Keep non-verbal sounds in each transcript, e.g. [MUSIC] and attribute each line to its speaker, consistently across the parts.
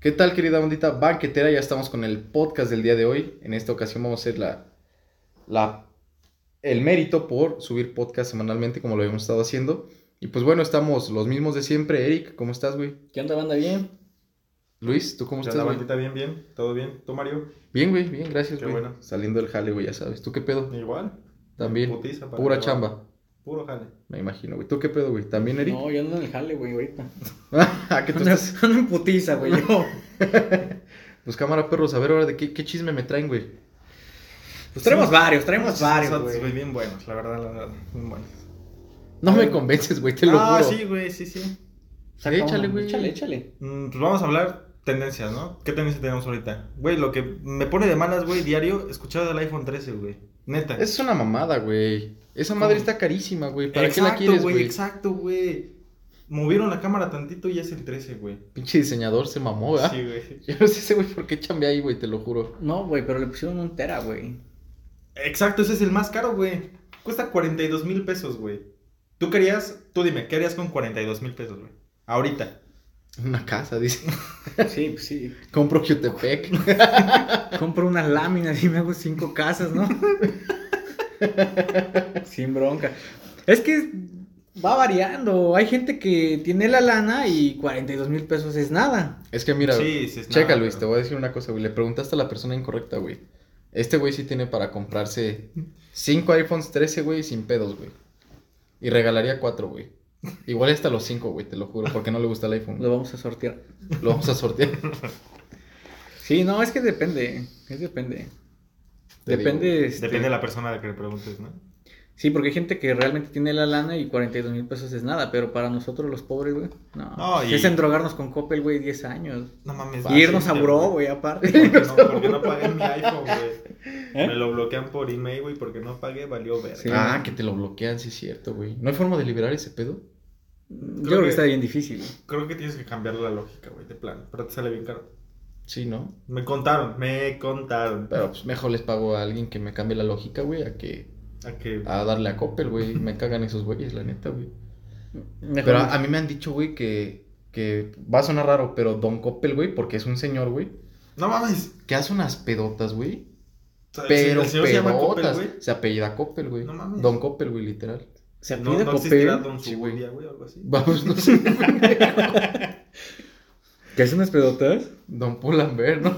Speaker 1: ¿Qué tal, querida bandita banquetera? Ya estamos con el podcast del día de hoy. En esta ocasión vamos a hacer la, la, el mérito por subir podcast semanalmente como lo habíamos estado haciendo. Y pues bueno, estamos los mismos de siempre. Eric, ¿cómo estás, güey?
Speaker 2: ¿Qué onda, banda? ¿Bien?
Speaker 1: Luis, ¿tú cómo
Speaker 3: Ya
Speaker 1: estás,
Speaker 3: la
Speaker 1: güey?
Speaker 3: bandita bien, bien, todo bien. ¿Tú, Mario?
Speaker 1: Bien, güey, bien, gracias,
Speaker 3: Qué
Speaker 1: güey.
Speaker 3: bueno.
Speaker 1: Saliendo del jale, güey, ya sabes. ¿Tú qué pedo?
Speaker 3: Igual.
Speaker 1: También.
Speaker 3: Putiza para
Speaker 1: Pura
Speaker 3: acabar.
Speaker 1: chamba,
Speaker 3: Puro jale.
Speaker 1: me imagino, güey. ¿Tú qué pedo, güey? ¿También, Eric?
Speaker 2: No, yo ando en el jale, güey, ahorita.
Speaker 1: [LAUGHS] Ah, ¿qué tú
Speaker 2: [LAUGHS] Ando,
Speaker 1: estás?
Speaker 2: ando en putiza, güey, yo.
Speaker 1: Pues cámara, perros, a ver ahora de qué, qué chisme me traen, güey.
Speaker 2: Pues traemos varios, traemos varios,
Speaker 3: Nosotros,
Speaker 2: güey.
Speaker 3: Bien buenos, la verdad, la verdad. Bien buenos.
Speaker 1: No me convences, güey, te lo
Speaker 3: ah,
Speaker 1: juro.
Speaker 3: sí, güey, sí, sí.
Speaker 2: Saca uno,
Speaker 1: Échale, güey.
Speaker 2: Échale, échale.
Speaker 3: Mm, pues vamos a hablar tendencias, ¿no? ¿Qué tendencias tenemos ahorita? Güey, lo que me pone de malas, güey, diario, escuchar del iPhone 13, güey. Neta.
Speaker 1: Es una mamada, güey. Esa madre está carísima, güey. ¿Para
Speaker 3: exacto,
Speaker 1: qué la quieres, güey?
Speaker 3: Exacto, güey. Movieron la cámara tantito y es el 13, güey.
Speaker 1: Pinche diseñador se mamó, ¿verdad?
Speaker 3: Sí, güey.
Speaker 1: [LAUGHS] Yo no sé ese güey por qué chambea ahí, güey, te lo juro.
Speaker 2: No, güey, pero le pusieron un tera, [LAUGHS] güey.
Speaker 3: Exacto, ese es el más caro, güey. Cuesta 42 mil pesos, güey. Tú querías, tú dime, ¿qué harías con 42 mil pesos, güey? Ahorita.
Speaker 1: Una casa, [LAUGHS] dice.
Speaker 2: Sí, pues sí.
Speaker 1: Compro Jutepec.
Speaker 2: Compro unas láminas y me hago cinco casas, ¿no? [LAUGHS] Sin bronca. Es que va variando. Hay gente que tiene la lana y 42 mil pesos es nada.
Speaker 1: Es que mira,
Speaker 3: Sí, sí, es
Speaker 1: checa,
Speaker 3: nada,
Speaker 1: Luis,
Speaker 3: pero-
Speaker 1: te voy a decir una cosa, güey. Le preguntaste a la persona incorrecta, güey. Este güey sí tiene para comprarse cinco iPhones 13, güey, sin pedos, güey. Y regalaría cuatro, güey. Igual hasta los cinco, güey, te lo juro, porque no le gusta el
Speaker 3: [LAUGHS]
Speaker 1: iPhone.
Speaker 2: Lo vamos a sortear.
Speaker 1: Lo vamos a sortear.
Speaker 2: Sí, no, es que depende. Es depende.
Speaker 1: Te
Speaker 2: Depende.
Speaker 1: digo,
Speaker 2: este,
Speaker 3: Depende de la persona a la que le preguntes, ¿no?
Speaker 2: Sí, porque hay gente que realmente tiene la lana y 42 mil pesos es nada, pero para nosotros los pobres, güey, no.
Speaker 3: No, y-
Speaker 2: Es endrogarnos con Coppel, güey, 10 años.
Speaker 3: No mames.
Speaker 1: Fácil,
Speaker 2: y irnos a Bro, güey, aparte.
Speaker 1: [LAUGHS]
Speaker 3: Porque no, porque no pagué mi iPhone, güey.
Speaker 2: ¿Eh?
Speaker 3: Me lo bloquean por email, güey, porque no pagué, valió verga.
Speaker 2: Sí.
Speaker 1: Ah, que te lo bloquean, sí es cierto, güey. ¿No hay forma de liberar ese pedo?
Speaker 2: Yo creo que
Speaker 3: que-
Speaker 2: está bien difícil. güey.
Speaker 3: Creo que tienes que cambiar la lógica, güey, de plano. Pero te sale bien caro.
Speaker 1: Sí, ¿no?
Speaker 3: Me contaron, me contaron.
Speaker 1: Pero pues mejor les pago a alguien que me cambie la lógica, güey, a que
Speaker 3: A que...
Speaker 1: a darle a Coppel, güey. Me cagan esos güeyes, la neta, güey.
Speaker 2: Mejor
Speaker 1: Pero a, a mí me han dicho, güey, que, que va a sonar raro, pero Don Coppel, güey, porque es un señor, güey,
Speaker 3: No mames.
Speaker 1: que hace unas pedotas, güey.
Speaker 3: O sea,
Speaker 1: Pero
Speaker 3: el señor se llama Coppel,
Speaker 1: pedotas.
Speaker 3: güey.
Speaker 1: Se apellida Coppel, güey.
Speaker 3: No mames.
Speaker 1: Don Coppel, güey, literal.
Speaker 2: se
Speaker 3: No,
Speaker 2: pide
Speaker 3: no
Speaker 2: Coppel,
Speaker 3: existirá Don
Speaker 1: Sí, güey.
Speaker 3: Suburbia, güey, algo así.
Speaker 1: Vamos, no sé. [LAUGHS]
Speaker 2: que hace unas pedotas.
Speaker 1: Don Paul Lambert, ¿no?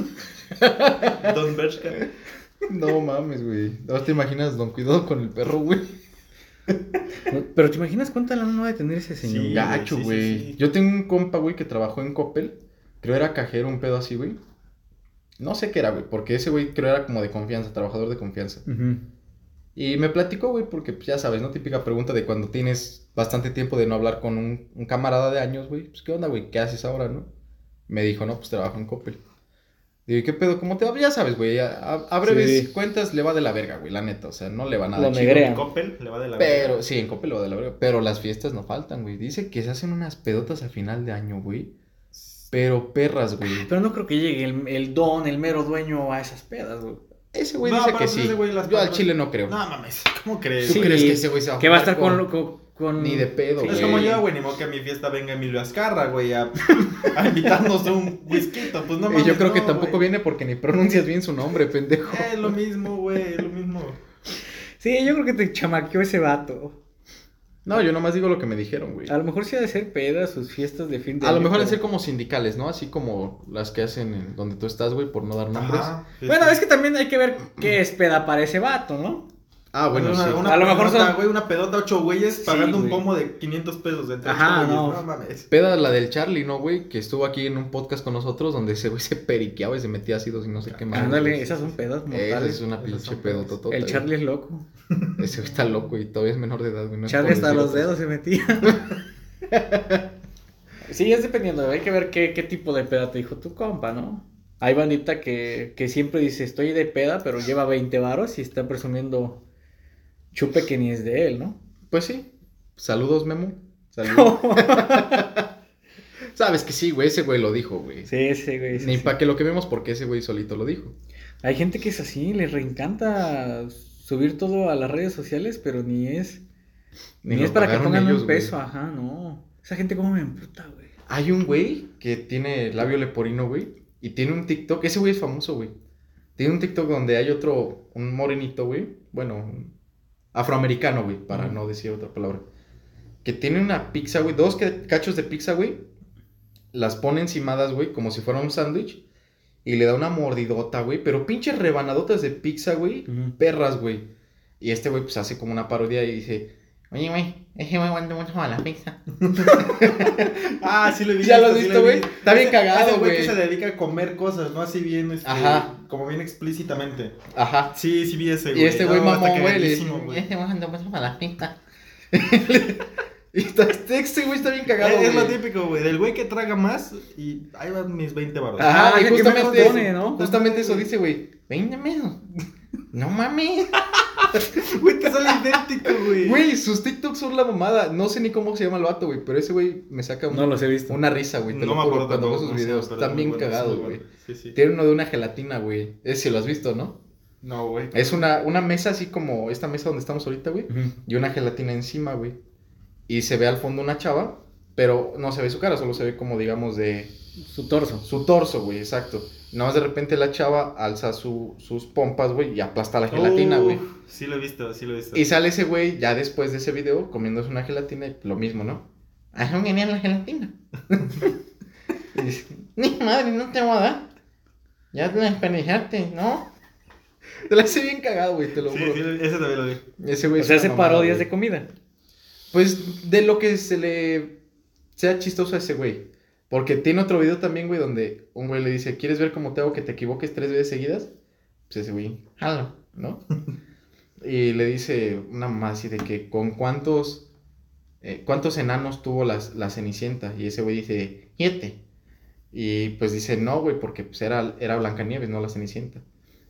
Speaker 3: Don Bershka.
Speaker 1: No mames, güey. Ahora te imaginas Don Cuidado con el perro, güey.
Speaker 2: Pero te imaginas cuánta lana no va a tener ese señor.
Speaker 3: Sí,
Speaker 1: Gacho,
Speaker 3: sí, sí,
Speaker 1: güey.
Speaker 3: sí.
Speaker 1: Yo tengo un compa, güey, que trabajó en Coppel. Creo era cajero, un pedo así, güey. No sé qué era, güey, porque ese güey creo era como de confianza, trabajador de confianza.
Speaker 2: Ujú.
Speaker 1: Y me platicó, güey, porque pues, ya sabes, ¿no? Típica pregunta de cuando tienes bastante tiempo de no hablar con un, un camarada de años, güey. Pues, ¿qué onda, güey? ¿Qué haces ahora, no? Me dijo, no, pues trabajo en Coppel. Digo, ¿y qué pedo? ¿Cómo te va? Pues, Ya sabes, güey, a, a- a breves
Speaker 2: Sí.
Speaker 1: cuentas le va de la verga, güey, la neta. O sea, no le va nada
Speaker 2: Lo
Speaker 1: chido.
Speaker 2: negrea.
Speaker 3: Coppel le va de la
Speaker 1: Pero, sí, en Coppel lo de la verga. Pero las fiestas no faltan, güey. Dice que se hacen unas pedotas a final de año, güey. Pero perras, güey.
Speaker 2: Pero no creo que llegue el, el don, el mero dueño a esas pedas, güey.
Speaker 1: Ese güey
Speaker 3: No,
Speaker 1: dice
Speaker 3: pero
Speaker 1: que
Speaker 3: pues
Speaker 1: sí.
Speaker 3: ese güey las
Speaker 1: Yo al
Speaker 3: palabras-
Speaker 1: chile no creo.
Speaker 3: No mames, ¿cómo
Speaker 1: ¿Tú
Speaker 3: crees?
Speaker 2: Sí,
Speaker 1: crees que ese güey se va a
Speaker 2: Que va a
Speaker 1: juntar
Speaker 2: estar con... lo- con- con-
Speaker 1: Ni de pedo,
Speaker 2: Sí,
Speaker 3: Es
Speaker 1: güey.
Speaker 3: como yo, güey, ni modo que a mi fiesta venga Emilio Azcarra, güey, a, [LAUGHS] a invitarnos a un whisky, pues no
Speaker 1: y
Speaker 3: mames.
Speaker 1: yo creo que
Speaker 3: no,
Speaker 1: tampoco
Speaker 3: güey.
Speaker 1: viene porque ni pronuncias bien su nombre, pendejo.
Speaker 3: Eh, Es lo mismo, güey, es lo mismo.
Speaker 2: Sí, yo creo que te chamaqueó ese vato.
Speaker 1: No, yo nomás digo lo que me dijeron, güey.
Speaker 2: A lo mejor sí ha de ser peda sus fiestas de fin de
Speaker 1: A lo
Speaker 2: año,
Speaker 1: mejor han de
Speaker 2: pero-
Speaker 1: ser como sindicales, ¿no? Así como las que hacen en donde tú estás, güey, por no dar nombres.
Speaker 3: Ajá. Este,
Speaker 2: Bueno, es que también hay que ver
Speaker 1: [CLEARS THROAT]
Speaker 2: qué es peda para ese vato, ¿no?
Speaker 1: Ah, bueno,
Speaker 3: una,
Speaker 1: sí.
Speaker 3: una
Speaker 2: A lo mejor
Speaker 3: pedota,
Speaker 2: son-
Speaker 3: güey, una pedota, ocho güeyes,
Speaker 2: Sí,
Speaker 3: pagando un
Speaker 2: güey.
Speaker 3: pomo de 500 pesos de entre
Speaker 2: Ajá,
Speaker 3: ocho
Speaker 2: no.
Speaker 3: güeyes. No mames.
Speaker 1: Peda la del Charlie, ¿no, güey? Que estuvo aquí en un podcast con nosotros donde ese güey se periqueaba y se metía ácidos y no sé qué más.
Speaker 2: Ándale,
Speaker 1: güey.
Speaker 2: esas son pedas
Speaker 1: Esa
Speaker 2: mortales.
Speaker 1: es una
Speaker 3: Esas
Speaker 1: pinche
Speaker 3: son
Speaker 1: pedo
Speaker 3: pedas.
Speaker 1: totota.
Speaker 2: El
Speaker 1: güey.
Speaker 2: Charlie es loco.
Speaker 1: Ese güey está loco y todavía es menor de edad, güey. no es
Speaker 2: Charlie
Speaker 1: por
Speaker 2: hasta
Speaker 1: decir
Speaker 2: los
Speaker 1: otra
Speaker 2: dedos
Speaker 1: [LAUGHS]
Speaker 2: se metía. sí, es dependiendo. Hay que ver qué, qué tipo de peda te dijo tu compa, ¿no? Hay bandita que, que siempre dice, estoy de peda, pero lleva 20 varos y está presumiendo chupe que ni es de él, ¿no?
Speaker 1: Pues sí. Saludos, Memo. Saludos. [LAUGHS] Sabes que sí, güey. Ese güey lo dijo, güey.
Speaker 2: Sí, ese güey. ese
Speaker 1: Ni
Speaker 2: sí.
Speaker 1: para que lo que vemos porque ese güey solito lo dijo.
Speaker 2: Hay gente que es así, les reencanta subir todo a las redes sociales, pero ni es... Ni,
Speaker 1: lo
Speaker 2: es para que
Speaker 1: pagaron
Speaker 2: pongan
Speaker 1: ellos,
Speaker 2: un
Speaker 1: güey.
Speaker 2: peso, ajá, no. Esa gente como me emputa, güey.
Speaker 1: Hay un güey que tiene labio leporino, güey. Y tiene un TikTok. Ese güey es famoso, güey. Tiene un TikTok donde hay otro, un morenito, güey. Bueno, un afroamericano, güey, para
Speaker 2: Ujú.
Speaker 1: no decir otra palabra. Que tiene una pizza, güey. Dos que- cachos de pizza, güey. Las pone encimadas, güey, como si fuera un sándwich. Y le da una mordidota, güey. Pero pinches rebanadotas de pizza, güey perras, güey. Y este güey pues hace como una parodia y dice, oye, güey, ese güey manda mucho a la pizza.
Speaker 3: Ah, sí lo he visto.
Speaker 1: ¿Ya lo has
Speaker 3: sí
Speaker 1: visto,
Speaker 3: he
Speaker 1: güey?
Speaker 3: visto.
Speaker 1: Está bien
Speaker 3: Ese-
Speaker 1: cagado,
Speaker 3: ese
Speaker 1: güey.
Speaker 3: que se dedica a comer cosas, ¿no? Así bien, este,
Speaker 1: Ajá.
Speaker 3: como bien explícitamente.
Speaker 1: Ajá.
Speaker 3: Sí, sí vi ese, güey.
Speaker 1: Y este güey
Speaker 3: No,
Speaker 1: mamón,
Speaker 3: está
Speaker 1: güey, le dice,
Speaker 3: cagadísimo, güey.
Speaker 1: ese güey manda mucho a la pizza. [LAUGHS] y está, este este güey está bien cagado,
Speaker 3: Es, es lo
Speaker 1: güey.
Speaker 3: típico, güey, del güey que traga más y ahí van mis 20 baros.
Speaker 1: Ajá,
Speaker 2: Ah,
Speaker 1: y
Speaker 2: es el que mejor
Speaker 1: justamente,
Speaker 2: pone, ¿no?
Speaker 1: justamente eso dice, güey. 20 menos. [LAUGHS] No mames.
Speaker 3: [LAUGHS] Güey, te sale idéntico, güey.
Speaker 1: Güey, sus TikToks son la mamada. No sé ni cómo se llama el vato, güey. Pero ese güey me saca un-
Speaker 2: No los he visto.
Speaker 1: una risa, güey. Te lo
Speaker 3: no me
Speaker 1: juro,
Speaker 3: acuerdo
Speaker 1: cuando veo
Speaker 3: tampoco
Speaker 1: sus
Speaker 3: cómo se llama,
Speaker 1: videos.
Speaker 3: pero
Speaker 1: Están
Speaker 3: es muy
Speaker 1: bien
Speaker 3: bueno, es
Speaker 1: cagados,
Speaker 3: muy
Speaker 1: güey.
Speaker 3: bueno. Sí, sí.
Speaker 1: Tiene uno de una gelatina, güey. Ese sí lo has visto, ¿no?
Speaker 3: No, güey.
Speaker 1: Es una, una mesa así como esta mesa donde estamos ahorita, güey.
Speaker 2: Ujú.
Speaker 1: Y una gelatina encima, güey. Y se ve al fondo una chava, pero no se ve su cara, solo se ve como, digamos, de
Speaker 2: Su torso.
Speaker 1: su torso, güey, exacto. Nada más de repente la chava alza su- sus pompas, güey, y aplasta la gelatina,
Speaker 3: Uh,
Speaker 1: güey.
Speaker 2: Oh.
Speaker 3: Sí lo he visto, sí lo he visto.
Speaker 1: Y sale ese güey ya después de ese video comiéndose una gelatina y lo mismo, ¿no? Ah, no venía la gelatina. [LAUGHS] Y dice, Ni madre, no te voy a dar. Ya te la empenejaste, ¿no? [LAUGHS] Te la hace bien cagado, güey, te lo
Speaker 3: Sí,
Speaker 1: juro.
Speaker 3: sí, ese también lo vi. [LAUGHS]
Speaker 1: Ese güey
Speaker 2: O sea,
Speaker 1: es
Speaker 2: hace
Speaker 1: una Pues mamada,
Speaker 2: parodias
Speaker 1: güey.
Speaker 2: de comida.
Speaker 1: Pues de lo que se le sea chistoso a ese güey. Porque tiene otro video también, güey, donde un güey le dice, ¿quieres ver cómo te hago que te equivoques tres veces seguidas? Pues ese güey, jalo, ¿no?
Speaker 3: [LAUGHS]
Speaker 1: y le dice una mamá así de que con cuántos eh, cuántos enanos tuvo las, la Cenicienta. Y ese güey dice, siete. Y pues dice, no, güey, porque pues era, era Blancanieves, no la Cenicienta.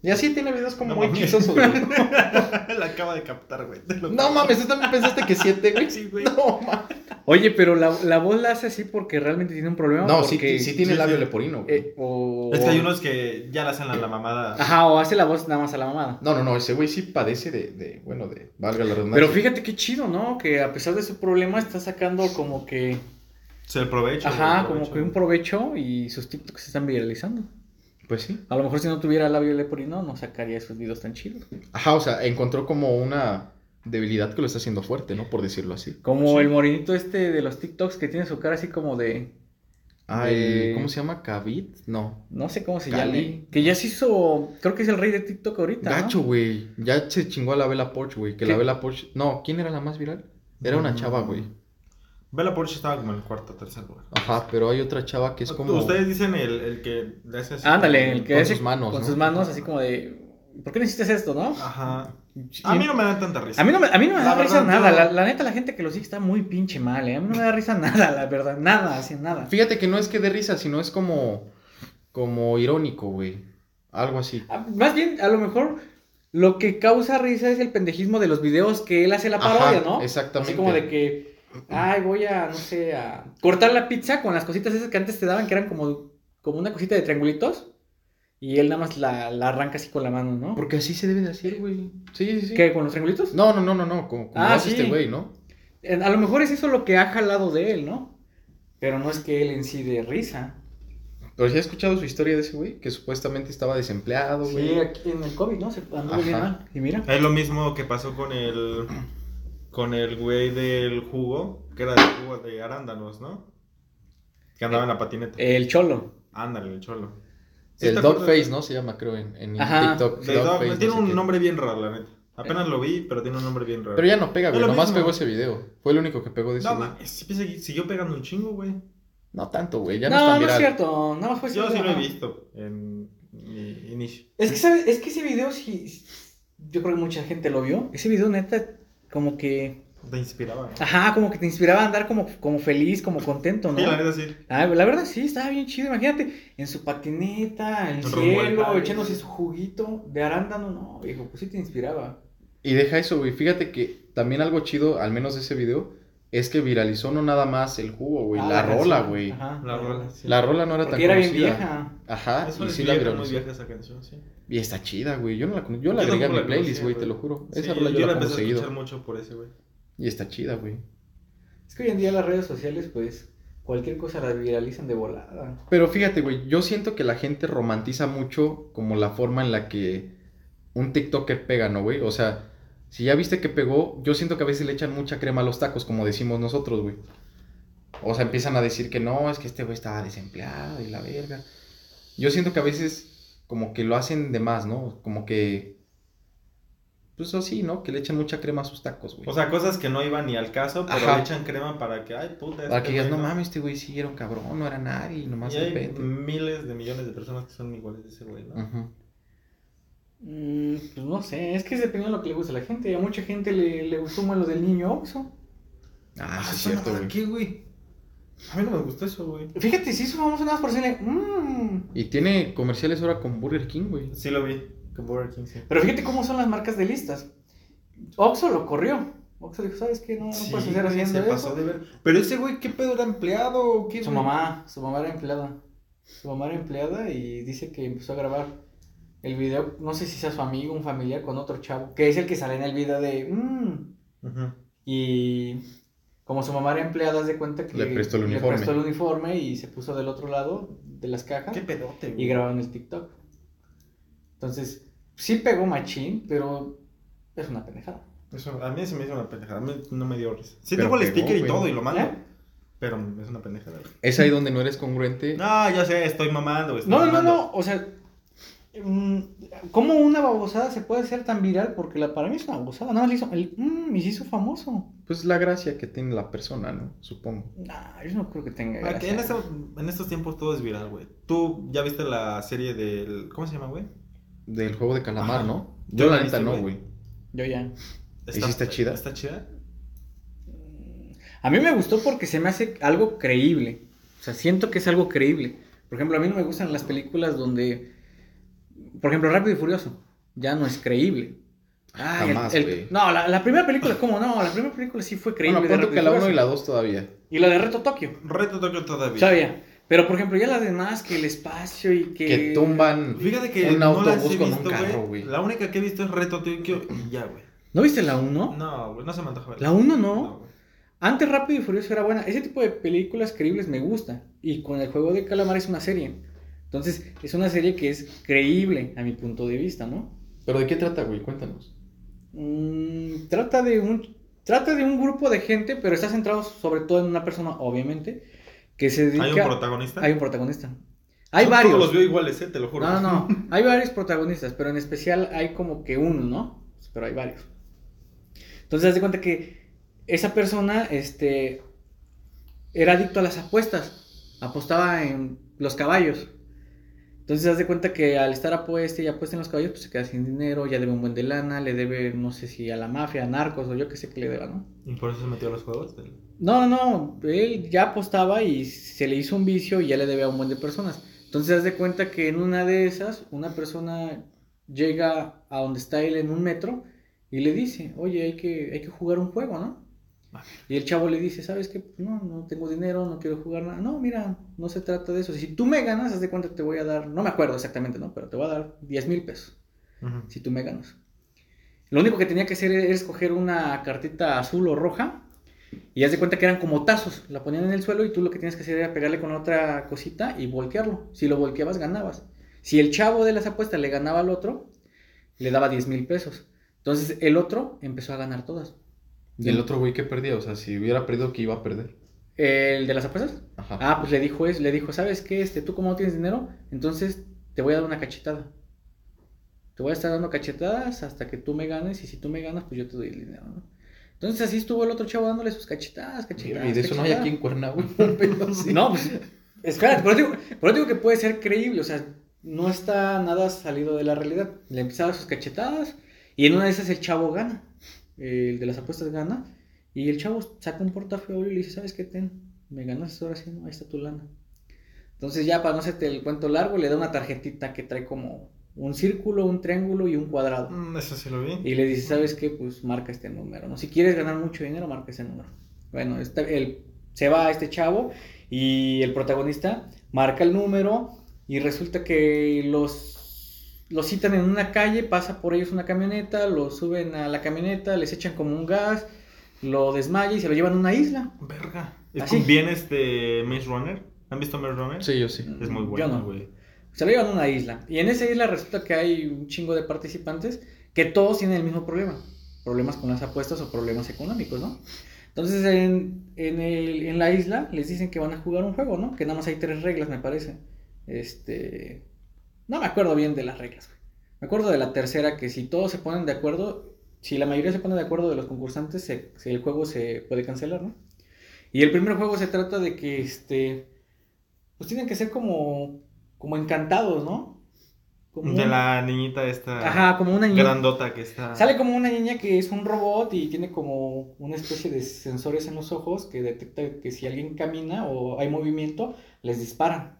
Speaker 1: Y así tiene videos como
Speaker 3: No
Speaker 1: muy
Speaker 3: mames.
Speaker 1: chistosos,
Speaker 3: [LAUGHS]
Speaker 1: güey.
Speaker 3: la acaba de captar, güey. te lo
Speaker 1: No mames, ¿tú también pensaste que siete, güey?
Speaker 3: Sí,
Speaker 1: [LAUGHS]
Speaker 3: güey.
Speaker 1: No mames.
Speaker 2: Oye, pero la, la voz la hace así porque realmente tiene un problema.
Speaker 1: No, sí,
Speaker 2: porque,
Speaker 1: ti- sí tiene
Speaker 3: sí,
Speaker 1: labio
Speaker 3: sí.
Speaker 1: leporino. güey.
Speaker 2: eh, o...
Speaker 3: Es que hay unos que ya la hacen a la mamada.
Speaker 2: Ajá, o hace la voz nada más a la mamada.
Speaker 1: No, no, no, ese güey sí padece de, de, bueno, de, valga la redundancia.
Speaker 2: Pero fíjate qué chido, ¿no? Que a pesar de su problema está sacando como que...
Speaker 3: Se aprovecha.
Speaker 2: Ajá, como que un provecho y sus TikToks se están viralizando.
Speaker 1: Pues sí.
Speaker 2: A lo mejor si no tuviera labio leporino no sacaría esos videos tan chidos.
Speaker 1: Ajá, o sea, encontró como una debilidad que lo está haciendo fuerte, ¿no? Por decirlo así.
Speaker 2: Como
Speaker 3: Sí.
Speaker 2: el morenito este de los TikToks que tiene su cara así como de...
Speaker 1: Ah, el-
Speaker 2: Eh.
Speaker 1: ¿cómo se llama? ¿Cavit? No.
Speaker 2: No sé cómo se
Speaker 1: Cali.
Speaker 2: llama. Que ya se hizo... Creo que es el rey de TikTok ahorita. ¿no?
Speaker 1: Gacho, güey. Ya se chingó a la Bella Porsche, güey. Que la
Speaker 2: ¿Qué? Mm.
Speaker 1: Bella Porsche... No, ¿quién era la más viral? Era una chava, güey.
Speaker 3: Bella Porsche estaba como en el cuarto, tercer lugar.
Speaker 1: Ajá, pero hay otra chava que es como...
Speaker 3: Ustedes dicen el, el que le hace así.
Speaker 2: Ándale, el que
Speaker 1: Con
Speaker 2: hace
Speaker 1: sus manos,
Speaker 2: Con
Speaker 1: ¿no?
Speaker 2: sus manos, así como de. ¿Por qué no hiciste esto, no?
Speaker 3: Ajá. Ah, A mí no me dan tanta risa.
Speaker 2: A mí no me, a mí no me
Speaker 3: La
Speaker 2: da risa
Speaker 3: verdad,
Speaker 2: nada.
Speaker 3: yo-
Speaker 2: La, la neta, la gente que lo sigue está muy pinche mal, ¿eh? A mí no me da risa [LAUGHS] nada, la verdad. Nada, así nada.
Speaker 1: Fíjate que no es que dé risa, sino es como... Como irónico, güey. Algo así.
Speaker 2: Ah, Más bien, a lo mejor lo que causa risa es el pendejismo de los videos que él hace la parodia,
Speaker 1: Ajá,
Speaker 2: ¿no?
Speaker 1: Exactamente.
Speaker 2: Así como de que. Ay, voy a, no sé, a cortar la pizza con las cositas esas que antes te daban, que eran como, como una cosita de triangulitos. Y él nada más la, la arranca así con la mano, ¿no?
Speaker 1: Porque así se debe de hacer, güey. Sí, sí, sí.
Speaker 2: ¿Qué? ¿Con los triangulitos?
Speaker 1: No, no, no, no, no. Como, como
Speaker 2: Ah,
Speaker 1: lo hace
Speaker 2: sí.
Speaker 1: este güey, ¿no?
Speaker 2: Eh, A lo mejor es eso lo que ha jalado de él, ¿no? Pero no es que él en sí de risa.
Speaker 1: Pero si has escuchado su historia de ese güey, que supuestamente estaba desempleado, güey.
Speaker 2: Sí, aquí en el COVID, ¿no? Se anduvo bien
Speaker 1: Ajá.
Speaker 2: mal. Y mira.
Speaker 3: Es lo mismo que pasó con el. Con el güey del jugo, que era del jugo de arándanos, ¿no? Que andaba en la patineta.
Speaker 2: El cholo.
Speaker 3: Ándale, el cholo. ¿Sí
Speaker 1: Eh, el
Speaker 3: te acuerdas?
Speaker 1: Dogface, ¿no? Se llama, creo, en, en
Speaker 2: Ajá.
Speaker 1: TikTok.
Speaker 3: Del Dog-
Speaker 1: Dogface,
Speaker 3: tiene
Speaker 1: no sé
Speaker 3: un
Speaker 1: qué. Eh,
Speaker 3: nombre bien raro, la neta. Apenas lo vi, pero tiene un nombre bien raro.
Speaker 1: Pero ya no pega,
Speaker 3: Es
Speaker 1: güey.
Speaker 3: lo
Speaker 1: Nomás
Speaker 3: mismo.
Speaker 1: pegó ese video. Fue el único que pegó de ese
Speaker 3: No
Speaker 1: güey.
Speaker 3: mames, sí pensé- siguió pegando un chingo, güey.
Speaker 1: No tanto, güey. Ya no,
Speaker 2: no,
Speaker 1: es tan
Speaker 2: no es
Speaker 1: viral.
Speaker 2: cierto. Nada más fue
Speaker 3: Yo
Speaker 2: ese
Speaker 3: sí lo he
Speaker 2: video.
Speaker 3: visto en mi inicio.
Speaker 2: Es que, ¿sabes? Es que ese video sí. Yo creo que mucha gente lo vio. Ese video, neta, como que.
Speaker 3: Te inspiraba, ¿no?
Speaker 1: Ah,
Speaker 2: Ajá, como que te inspiraba a andar como, como feliz, como contento, ¿no?
Speaker 3: Sí, la neta sí.
Speaker 2: Ah, la verdad sí, estaba bien chido. Imagínate, en su patineta, en el
Speaker 3: Rumbo al
Speaker 2: cielo,
Speaker 3: parque.
Speaker 2: echándose su juguito de arándano, no, viejo, pues sí te inspiraba.
Speaker 1: Y deja eso, güey. Fíjate que también algo chido, al menos de ese video, es que viralizó no nada más el jugo, güey.
Speaker 2: Ah,
Speaker 1: la, rola,
Speaker 2: canción,
Speaker 1: güey.
Speaker 2: ajá.
Speaker 3: La rola, sí.
Speaker 1: La rola no era
Speaker 2: Porque
Speaker 1: tan
Speaker 2: era bien
Speaker 1: conocida.
Speaker 2: vieja.
Speaker 1: Ajá,
Speaker 3: Eso
Speaker 1: y
Speaker 3: es
Speaker 1: sí la
Speaker 3: vieja,
Speaker 1: viralizó.
Speaker 3: muy vieja esa canción, sí.
Speaker 1: Y está chida, güey. Yo no la conozco. Yo la
Speaker 3: Yo
Speaker 1: agregué a mi
Speaker 3: tampoco la
Speaker 1: playlist,
Speaker 3: conocía,
Speaker 1: güey, te
Speaker 3: güey.
Speaker 1: lo juro.
Speaker 3: Sí,
Speaker 1: Esa rola yo, la,
Speaker 3: yo la empecé
Speaker 1: pongo
Speaker 3: a
Speaker 1: seguido.
Speaker 3: escuchar mucho por ese, güey.
Speaker 1: Y está chida, güey.
Speaker 2: Es que hoy en día las redes sociales, pues, Cualquier cosa la viralizan de volada.
Speaker 1: Pero fíjate, güey, yo siento que la gente romantiza mucho como la forma en la que un TikToker pega, ¿no, güey? O sea, si ya viste que pegó, yo siento que a veces le echan mucha crema a los tacos, como decimos nosotros, güey. O sea, empiezan a decir que no, es que este güey estaba desempleado y la verga. Yo siento que a veces como que lo hacen de más, ¿no? Como que... Pues así, ¿no? Que le echan mucha crema a sus tacos, güey.
Speaker 3: O sea, cosas que no iban ni al caso, pero
Speaker 1: Ajá.
Speaker 3: le echan crema para que, ay, puta.
Speaker 1: Para
Speaker 3: este
Speaker 1: que digas,
Speaker 3: güey
Speaker 1: no mames, este güey sí era un cabrón, no era nadie, y nomás
Speaker 3: Y
Speaker 1: de
Speaker 3: hay
Speaker 1: repente.
Speaker 3: miles de millones de personas que son iguales de ese güey, ¿no?
Speaker 1: Ujú.
Speaker 2: Mm, pues no sé, es que depende de lo que le gusta a la gente. A mucha gente le, le gustó más lo del niño Oxo.
Speaker 1: Ah, sí, es
Speaker 3: esa
Speaker 1: cierto,
Speaker 3: mamada,
Speaker 1: güey.
Speaker 3: ¿Qué, güey? A mí no me gustó eso, güey.
Speaker 2: Fíjate, sí, hizo famoso nada más por decirle. "Mm".
Speaker 1: Y tiene comerciales ahora con Burger King, güey.
Speaker 3: Sí lo vi. Con Burger King, sí.
Speaker 2: Pero fíjate cómo son las marcas de listas. Oxo lo corrió. Oxo dijo, ¿sabes qué? No, no
Speaker 3: Sí,
Speaker 2: puedes hacer
Speaker 3: güey,
Speaker 2: haciendo
Speaker 3: se
Speaker 2: eso.
Speaker 3: pasó de ver. Pero ese güey, ¿qué pedo era empleado? o qué,
Speaker 2: Su
Speaker 3: güey?
Speaker 2: mamá, su mamá era empleada. Su mamá era empleada y dice que empezó a grabar el video, no sé si sea su amigo, un familiar con otro chavo, que es el que sale en el video de... "Mm".
Speaker 3: Ujú.
Speaker 2: Y como su mamá era empleada, haz de cuenta que
Speaker 1: Le prestó el uniforme.
Speaker 2: prestó el uniforme y se puso del otro lado de las cajas
Speaker 3: ¿Qué pedote, güey?
Speaker 2: y grabaron el TikTok. Entonces, sí pegó machín, pero es una pendejada.
Speaker 3: Eso, a mí se me hizo una pendejada. A mí no me dio risa. Sí,
Speaker 1: Pero
Speaker 3: tengo el
Speaker 1: pegó,
Speaker 3: sticker y
Speaker 1: güey.
Speaker 3: todo y lo mando.
Speaker 2: ¿Eh?
Speaker 3: Pero es una pendejada, güey.
Speaker 1: Es ahí donde no eres congruente.
Speaker 3: No, ya sé, estoy mamando, güey. estoy
Speaker 2: Pues No, no,
Speaker 3: mamando.
Speaker 2: no, o sea, mm, ¿cómo una babosada se puede hacer tan viral? Porque la, para mí es una babosada, nada más le hizo, el, mm, y se hizo famoso.
Speaker 1: Pues la gracia que tiene la persona, ¿no? Supongo.
Speaker 2: Nah, yo no creo que tenga
Speaker 3: Ah, que En,
Speaker 2: gracia.
Speaker 3: estos- en estos tiempos todo es viral, güey. Tú ya viste la serie del. ¿Cómo se llama, güey?
Speaker 1: Del juego de calamar,
Speaker 3: Ajá.
Speaker 1: ¿no?
Speaker 3: ¿Tú
Speaker 1: Yo
Speaker 3: la
Speaker 1: la neta
Speaker 3: viste,
Speaker 1: no,
Speaker 3: güey?
Speaker 1: güey.
Speaker 2: Yo ya.
Speaker 1: ¿Y sí está chida?
Speaker 3: ¿Está chida?
Speaker 2: A mí me gustó porque se me hace algo creíble. O sea, siento que es algo creíble. Por ejemplo, a mí no me gustan las películas donde, por ejemplo, Rápido y Furioso, ya no es creíble. Ay, el-
Speaker 1: Jamás,
Speaker 2: el-
Speaker 1: güey.
Speaker 2: no, la, la primera película, ¿cómo no? La primera película sí fue creíble.
Speaker 1: Bueno,
Speaker 2: de
Speaker 1: pronto
Speaker 2: Rápido
Speaker 1: que la 1 y
Speaker 2: Furioso.
Speaker 1: la 2 todavía.
Speaker 2: y la de Reto Tokio.
Speaker 3: Reto Tokio todavía.
Speaker 2: Sabía. Pero, por ejemplo, ya las demás, que el espacio y que...
Speaker 1: Que tumban.
Speaker 3: Fíjate que
Speaker 1: Un
Speaker 3: no las
Speaker 1: autobús
Speaker 3: he
Speaker 1: con un
Speaker 3: visto,
Speaker 1: carro,
Speaker 3: güey.
Speaker 1: güey.
Speaker 3: La única que he visto es Reto Tokio y ya, güey.
Speaker 2: ¿No viste la 1?
Speaker 3: No, güey, no se me antoja verla.
Speaker 2: La 1 no.
Speaker 3: No, güey.
Speaker 2: Antes Rápido y Furioso era buena. Ese tipo de películas creíbles me gusta. Y con el juego de calamar es una serie. Entonces, es una serie que es creíble a mi punto de vista, ¿no?
Speaker 1: ¿Pero de qué trata, güey? Cuéntanos.
Speaker 2: Mm, trata de un... Trata de un grupo de gente, pero está centrado sobre todo en una persona, obviamente, que se dedica...
Speaker 3: ¿Hay un protagonista?
Speaker 2: Hay un protagonista. Hay
Speaker 3: Yo
Speaker 2: varios.
Speaker 3: Todos los veo iguales, eh, te lo juro.
Speaker 2: No, no,
Speaker 3: [LAUGHS]
Speaker 2: no. Hay varios protagonistas, pero en especial hay como que uno, ¿no? Pero hay varios. Entonces, haz de cuenta que esa persona, este, era adicto a las apuestas. Apostaba en los caballos. Entonces, haz de cuenta que al estar apuesta y apuesta en los caballos, pues se queda sin dinero, ya debe un buen de lana, le debe, no sé si a la mafia, a narcos o yo qué sé que le deba, ¿no?
Speaker 3: ¿Y por eso se metió a los juegos?
Speaker 2: No, no, no, él ya apostaba y se le hizo un vicio y ya le debía a un buen de personas. Entonces, haz de cuenta que en una de esas, una persona llega a donde está él en un metro y le dice, oye, hay que, hay que jugar un juego, ¿no?
Speaker 3: A ver.
Speaker 2: Y el chavo le dice, ¿sabes qué? No, no tengo dinero, no quiero jugar nada. No, mira, no se trata de eso. Si tú me ganas, haz de cuenta que te voy a dar, no me acuerdo exactamente, ¿no? Pero te voy a dar 10 mil pesos
Speaker 3: Ujú.
Speaker 2: si tú me ganas. Lo único que tenía que hacer era escoger una cartita azul o roja y haz de cuenta que eran como tazos, la ponían en el suelo y tú lo que tienes que hacer era pegarle con otra cosita y voltearlo. Si lo volteabas ganabas. Si el chavo de las apuestas le ganaba al otro, le daba 10 mil pesos. Entonces el otro empezó a ganar todas.
Speaker 1: ¿Y el otro güey que perdía? O sea, si hubiera perdido, ¿qué iba a perder?
Speaker 2: ¿El de las apuestas?
Speaker 1: Ajá.
Speaker 2: Ah, pues le dijo eso, le dijo, ¿sabes qué? Este, tú como no tienes dinero, entonces te voy a dar una cachetada. Te voy a estar dando cachetadas hasta que tú me ganes y si tú me ganas, pues yo te doy el dinero, ¿no? Entonces así estuvo el otro chavo dándole sus cachetadas, cachetadas.
Speaker 1: y de eso no hay
Speaker 2: cachetadas.
Speaker 1: aquí en Cuerna, güey. [LAUGHS] Un pedo así.
Speaker 2: No, pues, espérate, por eso, digo, por eso digo que puede ser creíble, o sea, no está nada salido de la realidad. Le empezaba sus cachetadas y en una de esas el chavo gana, el de las apuestas gana, y el chavo saca un portafolio y le dice, ¿sabes qué, ten? Me ganaste ahora sí, ¿no? ahí está tu lana. Entonces ya para no hacerte el cuento largo, le da una tarjetita que trae como un círculo, un triángulo y un cuadrado.
Speaker 3: Mm, Eso sí lo vi.
Speaker 2: Y le dice, ¿sabes qué? Pues marca este número, ¿no? Si quieres ganar mucho dinero, marca ese número. Bueno, este- el, se va este chavo y el protagonista marca el número y resulta que los, los citan en una calle, pasa por ellos una camioneta, los suben a la camioneta, les echan como un gas, lo desmaya y se lo llevan a una isla.
Speaker 3: Verga. Es
Speaker 2: Así.
Speaker 3: con bien este Maze Runner. ¿Han visto Maze Runner?
Speaker 1: Sí, yo sí.
Speaker 3: Es muy
Speaker 2: Yo
Speaker 3: bueno,
Speaker 2: no.
Speaker 3: güey.
Speaker 2: Se lo llevan a una isla. Y en esa isla resulta que hay un chingo de participantes que todos tienen el mismo problema. Problemas con las apuestas o problemas económicos, ¿no? Entonces en, en, el- en la isla les dicen que van a jugar un juego, ¿no? Que nada más hay tres reglas, me parece. Este... No me acuerdo bien de las reglas. güey. Me acuerdo de la tercera, que si todos se ponen de acuerdo, si la mayoría se pone de acuerdo de los concursantes, se- se- el juego se puede cancelar, ¿no? Y el primer juego se trata de que, este... Pues tienen que ser como... Como encantados, ¿no? Como
Speaker 3: De
Speaker 2: un-
Speaker 3: la niñita esta
Speaker 2: Ajá, como una niña.
Speaker 3: grandota que está.
Speaker 2: Sale como una niña que es un robot y tiene como una especie de sensores en los ojos que detecta que si alguien camina o hay movimiento, les disparan.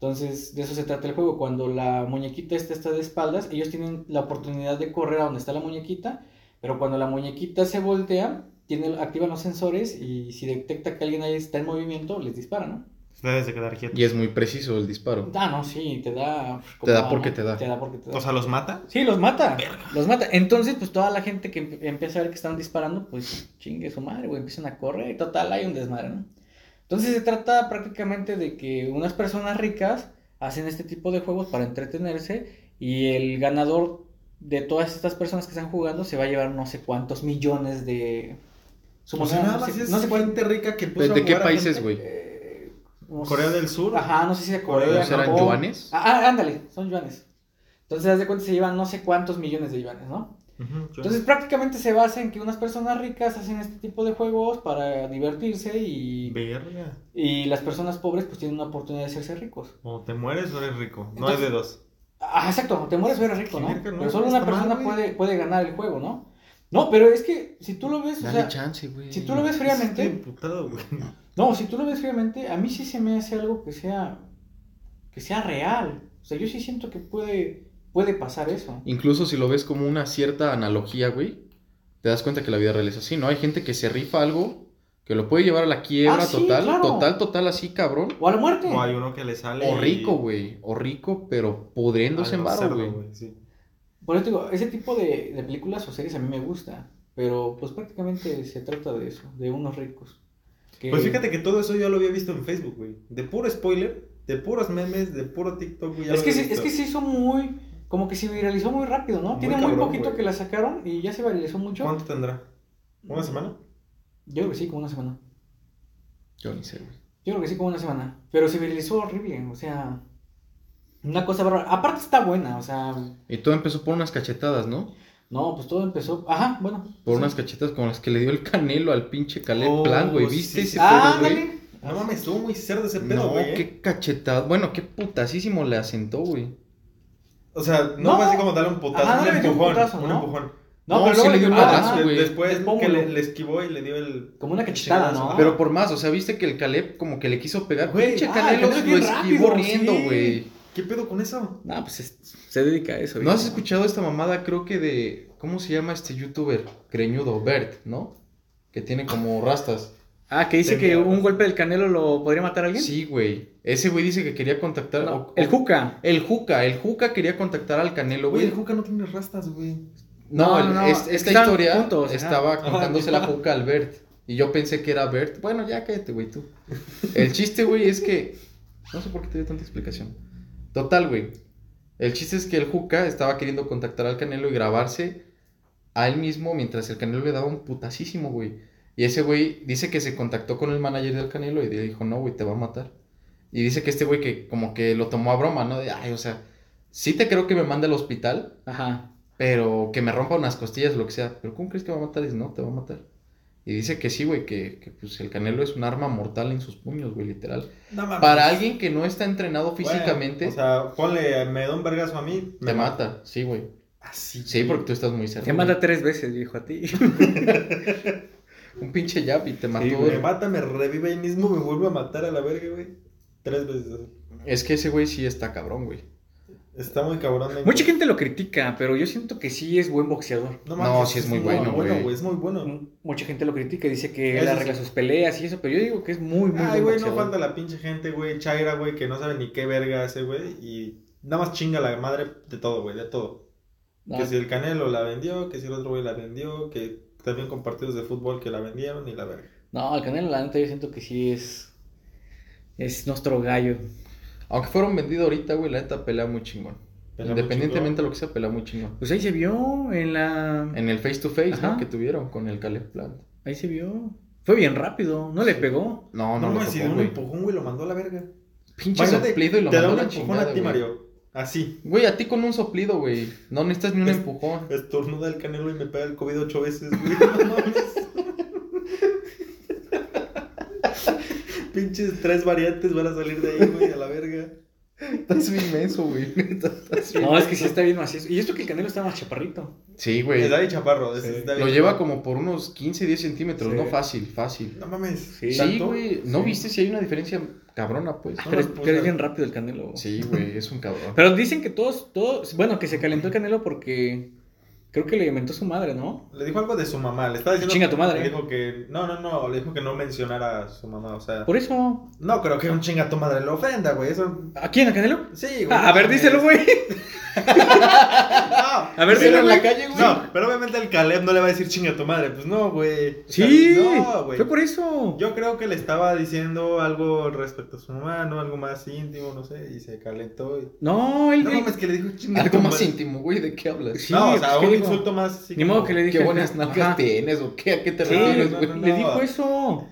Speaker 2: Entonces, de eso se trata el juego. Cuando la muñequita esta está de espaldas, ellos tienen la oportunidad de correr a donde está la muñequita, pero cuando la muñequita se voltea, tiene, activan los sensores y si detecta que alguien ahí está en movimiento, les disparan, ¿no?
Speaker 3: Debes de quedar quieto.
Speaker 1: Y es muy preciso el disparo.
Speaker 2: Ah, no, sí, te da...
Speaker 1: Te da porque te da.
Speaker 2: Te da porque te da.
Speaker 3: O sea, los mata.
Speaker 2: Sí, los mata. Los mata. Entonces, pues toda la gente que emp- empieza a ver que están disparando, pues chingue su madre, güey, empiezan a correr y total, hay un desmadre, ¿no? Entonces se trata prácticamente de que unas personas ricas hacen este tipo de juegos para entretenerse y el ganador de todas estas personas que están jugando se va a llevar no sé cuántos millones de... Su
Speaker 3: O sea,
Speaker 2: moneda, no
Speaker 3: nada más
Speaker 2: sé,
Speaker 3: es
Speaker 2: no sé cuál-
Speaker 3: gente rica que puso
Speaker 1: ¿De,
Speaker 3: a
Speaker 1: de qué
Speaker 3: jugar a
Speaker 1: países,
Speaker 3: gente-
Speaker 1: güey?
Speaker 2: eh, no sé.
Speaker 3: Corea del Sur.
Speaker 2: Ajá, no sé si de
Speaker 3: Corea,
Speaker 2: Corea.
Speaker 1: ¿No serán
Speaker 2: Japón.
Speaker 1: yuanes?
Speaker 2: Ah, ah, ándale, son yuanes. Entonces, haz de cuenta, se llevan no sé cuántos millones de yuanes, ¿no?
Speaker 3: Ujú, yo-
Speaker 2: Entonces, prácticamente se basa en que unas personas ricas hacen este tipo de juegos para divertirse y,
Speaker 3: Verga.
Speaker 2: y las personas pobres pues tienen una oportunidad de hacerse ricos.
Speaker 3: O te mueres o eres rico. No
Speaker 2: Entonces-
Speaker 3: hay de dos.
Speaker 2: Ah, exacto, te mueres o eres rico,
Speaker 3: Qué
Speaker 2: ¿no?
Speaker 3: verga, no,
Speaker 2: Pero solo
Speaker 3: está
Speaker 2: una persona
Speaker 3: mal, güey.
Speaker 2: puede, puede ganar el juego, ¿no? No, pero es que si tú lo ves, pues, o
Speaker 1: Dale
Speaker 2: sea,
Speaker 1: chance, güey.
Speaker 2: si tú lo ves fríamente,
Speaker 3: Estoy emputado, güey.
Speaker 2: No, si tú lo ves fríamente, a mí sí se me hace algo que sea que sea real. O sea, yo sí siento que puede puede pasar eso.
Speaker 1: Incluso si lo ves como una cierta analogía, güey, te das cuenta que la vida real es así, ¿no? Hay gente que se rifa algo, que lo puede llevar a la quiebra
Speaker 2: Ah, sí,
Speaker 1: total,
Speaker 2: claro.
Speaker 1: total, total, así, cabrón.
Speaker 2: O a la muerte.
Speaker 3: O hay uno que le sale.
Speaker 1: O
Speaker 3: y-
Speaker 1: rico, güey. O rico, pero
Speaker 3: a
Speaker 1: podriéndose en
Speaker 3: lo
Speaker 1: barro,
Speaker 3: cerdo,
Speaker 1: güey.
Speaker 3: sí.
Speaker 2: Por eso te digo, ese tipo de, de películas o series a mí me gusta, pero pues prácticamente se trata de eso, de unos ricos. Que-
Speaker 3: Pues fíjate que todo eso yo lo había visto en Facebook, güey. De puro spoiler, de puros memes, de puro TikTok, güey. ya
Speaker 2: es
Speaker 3: lo
Speaker 2: que sí,
Speaker 3: había
Speaker 2: es
Speaker 3: visto.
Speaker 2: que se hizo muy como que se viralizó muy rápido, ¿no?
Speaker 3: Muy
Speaker 2: Tiene muy
Speaker 3: cabrón,
Speaker 2: poquito
Speaker 3: güey.
Speaker 2: que la sacaron y ya se viralizó mucho.
Speaker 3: ¿Cuánto tendrá?
Speaker 2: Mm.
Speaker 3: ¿Una semana?
Speaker 2: Yo creo que sí, como una semana.
Speaker 1: Yo ni sé, güey.
Speaker 2: Yo creo que sí, como una semana. Pero se viralizó horrible, o sea. Una cosa bárbara. Aparte está buena, o sea.
Speaker 1: Y todo empezó por unas cachetadas, ¿no?
Speaker 2: No, pues todo empezó. Ajá, bueno.
Speaker 1: Por
Speaker 2: sí.
Speaker 1: unas cachetadas con las que le dio el canelo al pinche Caleb
Speaker 3: Oh,
Speaker 1: Plan, güey.
Speaker 3: sí,
Speaker 1: ¿Viste
Speaker 3: sí,
Speaker 1: ese
Speaker 3: sí.
Speaker 2: Ah,
Speaker 1: pedo, güey?
Speaker 2: ándale.
Speaker 3: No mames, estuvo muy cerdo ese pedo,
Speaker 1: No,
Speaker 3: güey. ¿eh?
Speaker 1: qué cachetada. Bueno, qué putasísimo le asentó, güey.
Speaker 3: O sea, no,
Speaker 2: No.
Speaker 3: fue así como darle un putazo,
Speaker 2: Ajá,
Speaker 3: un
Speaker 2: dale un
Speaker 3: empujón. Un,
Speaker 2: putazo, ¿no?
Speaker 3: empujón.
Speaker 1: No, sí le dio un
Speaker 2: ah,
Speaker 1: putazo,
Speaker 2: ajá,
Speaker 1: güey.
Speaker 3: Después
Speaker 2: El pómulo.
Speaker 3: que le, le esquivó y le dio el.
Speaker 2: Como una cachetada, ¿no?
Speaker 3: Ah.
Speaker 1: Pero por más, o sea, viste que el Caleb como que le quiso pegar.
Speaker 3: Güey,
Speaker 1: pinche
Speaker 2: ah,
Speaker 1: Canelo
Speaker 2: el Canelo es
Speaker 1: lo
Speaker 2: bien
Speaker 1: esquivó
Speaker 2: rápido,
Speaker 1: riendo,
Speaker 3: sí.
Speaker 1: güey.
Speaker 3: ¿Qué pedo con eso?
Speaker 2: No, pues es- se dedica a eso.
Speaker 1: ¿No has escuchado esta mamada? Creo que de. ¿Cómo se llama este youtuber? Greñudo, Bert, ¿no? Que tiene como rastas.
Speaker 2: Ah, que dice que un golpe del canelo lo podría matar a alguien.
Speaker 1: Sí, güey. Ese güey dice que quería contactar.
Speaker 2: No,
Speaker 1: o-
Speaker 2: el
Speaker 1: o-
Speaker 2: Juca.
Speaker 1: El Juca, el Juca quería contactar al Canelo,
Speaker 3: Güey,
Speaker 1: güey.
Speaker 3: el Juca no tiene rastas, güey.
Speaker 1: No,
Speaker 2: No, no, no,
Speaker 1: es-
Speaker 2: es que
Speaker 1: esta
Speaker 2: estaban
Speaker 1: historia
Speaker 2: juntos, ajá.
Speaker 1: estaba
Speaker 3: Ajá,
Speaker 1: contándose la Juca al Bert. Y yo pensé que era Bert. Bueno, ya cállate, güey, tú. El chiste, güey, es que. No sé por qué te dio tanta explicación. Total, güey. El chiste es que el Juca estaba queriendo contactar al Canelo y grabarse a él mismo mientras el Canelo le daba un putasísimo, güey. Y ese güey dice que se contactó con el manager del Canelo y le dijo, no, güey, te va a matar. Y dice que este güey que como que lo tomó a broma, ¿no? De, ay, o sea, sí te creo que me manda al hospital,
Speaker 2: Ajá.
Speaker 1: pero que me rompa unas costillas, lo que sea. Pero ¿cómo crees que va a matar? Dice, no, te va a matar. Y dice que sí, güey, que, que, pues el canelo es un arma mortal en sus puños, güey, literal.
Speaker 3: No mames.
Speaker 1: Para alguien que no está entrenado físicamente,
Speaker 3: Ah, pues, Bueno, o sea, ponle, me Ah, da un vergazo a mí.
Speaker 1: te mata, sí, güey.
Speaker 3: Así.
Speaker 1: Sí, porque tú estás muy cerca.
Speaker 2: Te mata tres veces, viejo, a ti.
Speaker 1: Un pinche jab y te mató.
Speaker 3: Me
Speaker 1: güey.
Speaker 3: mata, me revive ahí mismo, me vuelve a matar a la verga, güey. Tres veces.
Speaker 1: es que ese güey sí está cabrón, güey.
Speaker 3: Está muy cabrón. güey.
Speaker 2: Mucha gente lo critica, pero yo siento que sí es buen boxeador.
Speaker 3: mames,
Speaker 1: No, sí es muy bueno, güey.
Speaker 3: Es muy bueno.
Speaker 2: Mucha gente lo critica y dice que
Speaker 3: Eso
Speaker 2: él
Speaker 3: sí.
Speaker 2: arregla sus peleas y eso, pero yo digo que es muy, muy
Speaker 3: Ay,
Speaker 2: buen
Speaker 3: güey, no
Speaker 2: boxeador.
Speaker 3: falta la pinche gente, güey, chaira, güey, que no sabe ni qué verga hace, güey, y nada más chinga la madre de todo, güey, de todo.
Speaker 2: No,
Speaker 3: Que si el Canelo la vendió, que si el otro güey la vendió, que también con partidos de fútbol que la vendieron y la verga.
Speaker 2: No, el Canelo, la neta, yo siento que sí es. Es nuestro gallo.
Speaker 1: Aunque fueron vendidos ahorita, güey, la neta pelea muy chingón.
Speaker 3: Pelea muy
Speaker 1: Independientemente de
Speaker 3: chingón.
Speaker 1: lo que sea, pelea muy chingón.
Speaker 2: Pues ahí se vio en la.
Speaker 1: En el face to face,
Speaker 2: Ajá.
Speaker 1: ¿no? Que tuvieron con el Caleb Plant.
Speaker 2: Ahí se vio. Fue bien rápido, no le pegó.
Speaker 1: No, no,
Speaker 3: No,
Speaker 1: lo
Speaker 3: me
Speaker 1: tocó,
Speaker 3: si de un
Speaker 1: güey.
Speaker 3: empujón, güey, lo mandó a la verga.
Speaker 1: Pinche
Speaker 3: Imagínate,
Speaker 1: soplido y lo
Speaker 3: te da
Speaker 1: mandó
Speaker 3: un
Speaker 1: a la
Speaker 3: empujón
Speaker 1: chingada,
Speaker 3: a ti,
Speaker 1: güey.
Speaker 3: Mario. Así.
Speaker 1: Güey, a ti con un soplido, güey. No necesitas ni un
Speaker 3: Es- [LAUGHS]
Speaker 1: empujón.
Speaker 3: Estornuda el canelo y me pega el COVID ocho veces,
Speaker 1: [LAUGHS]
Speaker 3: güey. No mames. Pinches tres variantes van a salir de ahí, güey, a la verga.
Speaker 1: Estás bien inmenso, güey. Neta, estás bien-
Speaker 2: No, es que sí está bien macizo. Y esto que el Canelo está más chaparrito.
Speaker 1: Sí,
Speaker 3: Es
Speaker 1: güey.
Speaker 3: David Chaparro. es
Speaker 2: Sí.
Speaker 3: David
Speaker 1: Lo lleva
Speaker 3: Chaparro.
Speaker 1: como por unos 15, 10 centímetros,
Speaker 2: Sí.
Speaker 1: ¿no? Fácil, fácil.
Speaker 3: No mames.
Speaker 2: Sí.
Speaker 1: Sí,
Speaker 3: ¿Tanto?
Speaker 1: güey. ¿No
Speaker 2: Sí.
Speaker 1: viste si hay una diferencia cabrona, pues?
Speaker 3: No
Speaker 2: pero,
Speaker 3: las
Speaker 2: es-
Speaker 3: puse.
Speaker 2: pero es bien rápido el Canelo.
Speaker 1: Sí, güey, es un cabrón.
Speaker 2: Pero dicen que todos, todos. Bueno, que se calentó el Canelo porque. Creo que le inventó su madre, ¿no?
Speaker 3: Le dijo algo de su mamá, le estaba diciendo.
Speaker 2: Chinga tu madre.
Speaker 3: Le dijo que. No, no, no, le dijo que no mencionara a su mamá, o sea.
Speaker 2: Por eso.
Speaker 3: No creo que un chinga tu madre lo ofenda, güey. Eso.
Speaker 2: ¿A quién, a Canelo? Ah,
Speaker 3: Sí, güey.
Speaker 2: A, a ver, díselo, güey.
Speaker 3: No,
Speaker 2: A ver,
Speaker 1: Pero
Speaker 2: díselo,
Speaker 1: en la
Speaker 2: güey.
Speaker 1: calle, güey.
Speaker 3: no, pero obviamente el Caleb no le va a decir chinga tu madre. Pues no, güey. O sea,
Speaker 2: Sí.
Speaker 3: no, güey.
Speaker 2: Fue por eso.
Speaker 3: Yo creo que le estaba diciendo algo respecto a su mamá, ¿no? Algo más íntimo, no sé. Y se calentó. Y...
Speaker 2: No, él.
Speaker 3: No
Speaker 2: él-
Speaker 3: mames, que le dijo chinga tu
Speaker 1: Algo más
Speaker 3: madre.
Speaker 1: íntimo, güey, ¿de qué hablas?
Speaker 2: Sí,
Speaker 3: No, o
Speaker 2: pues,
Speaker 3: sea,
Speaker 2: ¿qué
Speaker 3: un
Speaker 2: dijo?
Speaker 3: insulto más. así
Speaker 2: Ni modo
Speaker 3: como-
Speaker 2: que le dije.
Speaker 1: ¿Qué buenas nalgas
Speaker 2: Ajá.
Speaker 1: tienes o qué? ¿A qué te
Speaker 2: Sí,
Speaker 1: refieres,
Speaker 3: no,
Speaker 1: güey?
Speaker 3: no,
Speaker 2: le dijo eso.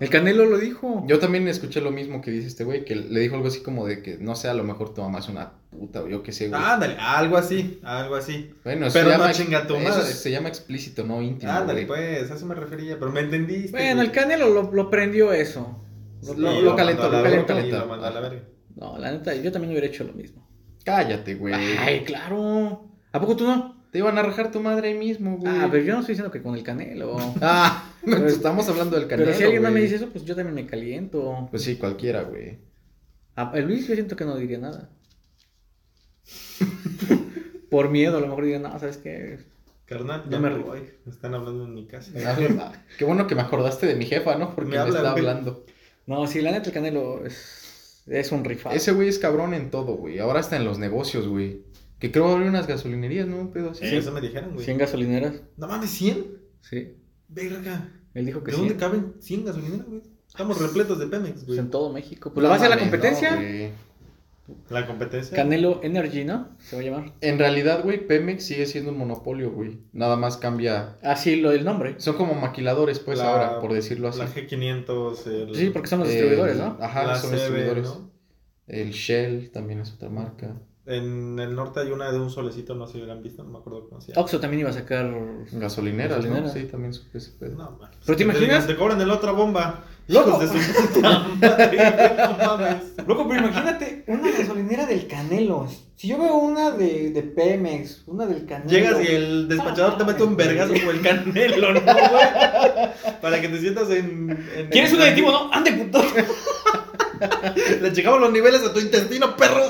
Speaker 2: El Canelo lo dijo.
Speaker 1: Yo también escuché lo mismo que dice este güey, que le dijo algo así como de que, no sé, a lo mejor tu mamá es una puta, o yo qué sé, güey.
Speaker 3: Ándale, algo así, algo así.
Speaker 1: bueno,
Speaker 3: pero no chinga tu
Speaker 1: eso
Speaker 3: madre.
Speaker 1: se llama explícito, no íntimo,
Speaker 3: Ándale,
Speaker 1: güey.
Speaker 3: pues, a eso me refería, pero me entendiste.
Speaker 2: Bueno,
Speaker 3: güey.
Speaker 2: el Canelo lo, lo prendió eso.
Speaker 3: Sí,
Speaker 1: lo- lo
Speaker 3: mandó
Speaker 1: calentó,
Speaker 3: a la
Speaker 1: lo
Speaker 3: verga,
Speaker 1: calentó.
Speaker 3: y lo mandó a la verga.
Speaker 2: No, la neta, yo también hubiera hecho lo mismo.
Speaker 1: Cállate, güey.
Speaker 2: Ay, claro. ¿A poco tú no?
Speaker 1: Te iban a rajar tu madre ahí mismo, güey.
Speaker 2: Ah, pero yo no estoy diciendo que con el Canelo.
Speaker 1: Ah, no,
Speaker 2: Pero-
Speaker 1: estamos hablando del canelo,
Speaker 2: pero si alguien no me
Speaker 1: güey.
Speaker 2: dice eso, pues yo también me caliento.
Speaker 1: Pues sí, cualquiera, güey.
Speaker 2: A a Ah, Luis yo siento que no diría nada. [LAUGHS] Por miedo, a lo mejor diría, no, ¿sabes qué?
Speaker 3: Carnal,
Speaker 2: Yo
Speaker 3: ya
Speaker 2: me Eh,
Speaker 3: me
Speaker 2: río.
Speaker 3: voy. Me están hablando en mi casa.
Speaker 1: Ah, Qué bueno que me acordaste de mi jefa, ¿no? Porque me,
Speaker 3: Me habla,
Speaker 1: está
Speaker 3: güey.
Speaker 1: hablando.
Speaker 2: No, sí, la neta, el Canelo es, es un rifado.
Speaker 1: Ese güey es cabrón en todo, güey. Ahora está en los negocios, güey. Que creo abrir unas gasolinerías, ¿no? Un pedo así.
Speaker 3: Sí, eso me dijeron, güey.
Speaker 2: 100 gasolineras.
Speaker 3: No mames, ¿100?
Speaker 2: Sí.
Speaker 3: Verga.
Speaker 2: Él dijo que
Speaker 3: ¿De
Speaker 2: sí.
Speaker 3: dónde caben 100 gasolineras, güey? Estamos repletos de Pemex,
Speaker 2: Pues
Speaker 3: güey.
Speaker 2: en todo México. Pues la va a hacer la
Speaker 1: mames,
Speaker 2: competencia.
Speaker 1: no, güey.
Speaker 3: La competencia.
Speaker 2: Canelo Energy, ¿no? Se va a llamar.
Speaker 1: en realidad, güey, Pemex sigue siendo un monopolio, güey. Nada más cambia.
Speaker 2: Así Ah, lo del nombre.
Speaker 1: Son como maquiladores, pues,
Speaker 3: La-
Speaker 1: ahora, por decirlo así.
Speaker 3: La G500. El...
Speaker 2: Sí, porque son los
Speaker 1: Eh,
Speaker 2: distribuidores, ¿no?
Speaker 1: Ajá,
Speaker 3: la
Speaker 1: son
Speaker 3: CB,
Speaker 1: distribuidores.
Speaker 3: ¿no?
Speaker 1: El Shell también es otra marca.
Speaker 3: En el norte hay una de un solecito, no sé si la han visto, no me acuerdo cómo se llama.
Speaker 2: Oxxo también iba a sacar.
Speaker 1: Gasolineras,
Speaker 2: Gasolinera.
Speaker 1: ¿no? Sí, también supe ese pedo.
Speaker 3: No, mames.
Speaker 2: ¿Pero te
Speaker 3: Que digan,
Speaker 2: imaginas?
Speaker 3: Te cobran en la otra bomba.
Speaker 2: Loco.
Speaker 3: Hijos de su puta madre, [LAUGHS] no mames.
Speaker 2: Loco, pero imagínate una gasolinera del Canelo. Si yo veo una de, de Pemex, una del Canelo.
Speaker 3: Llegas y el despachador te mete un vergazo con el canelo, ¿no, güey? Para que te sientas en. en-
Speaker 2: ¿Quieres un
Speaker 3: en-
Speaker 2: aditivo? No, ande, puto.
Speaker 3: Le llegamos los niveles a tu intestino, perro.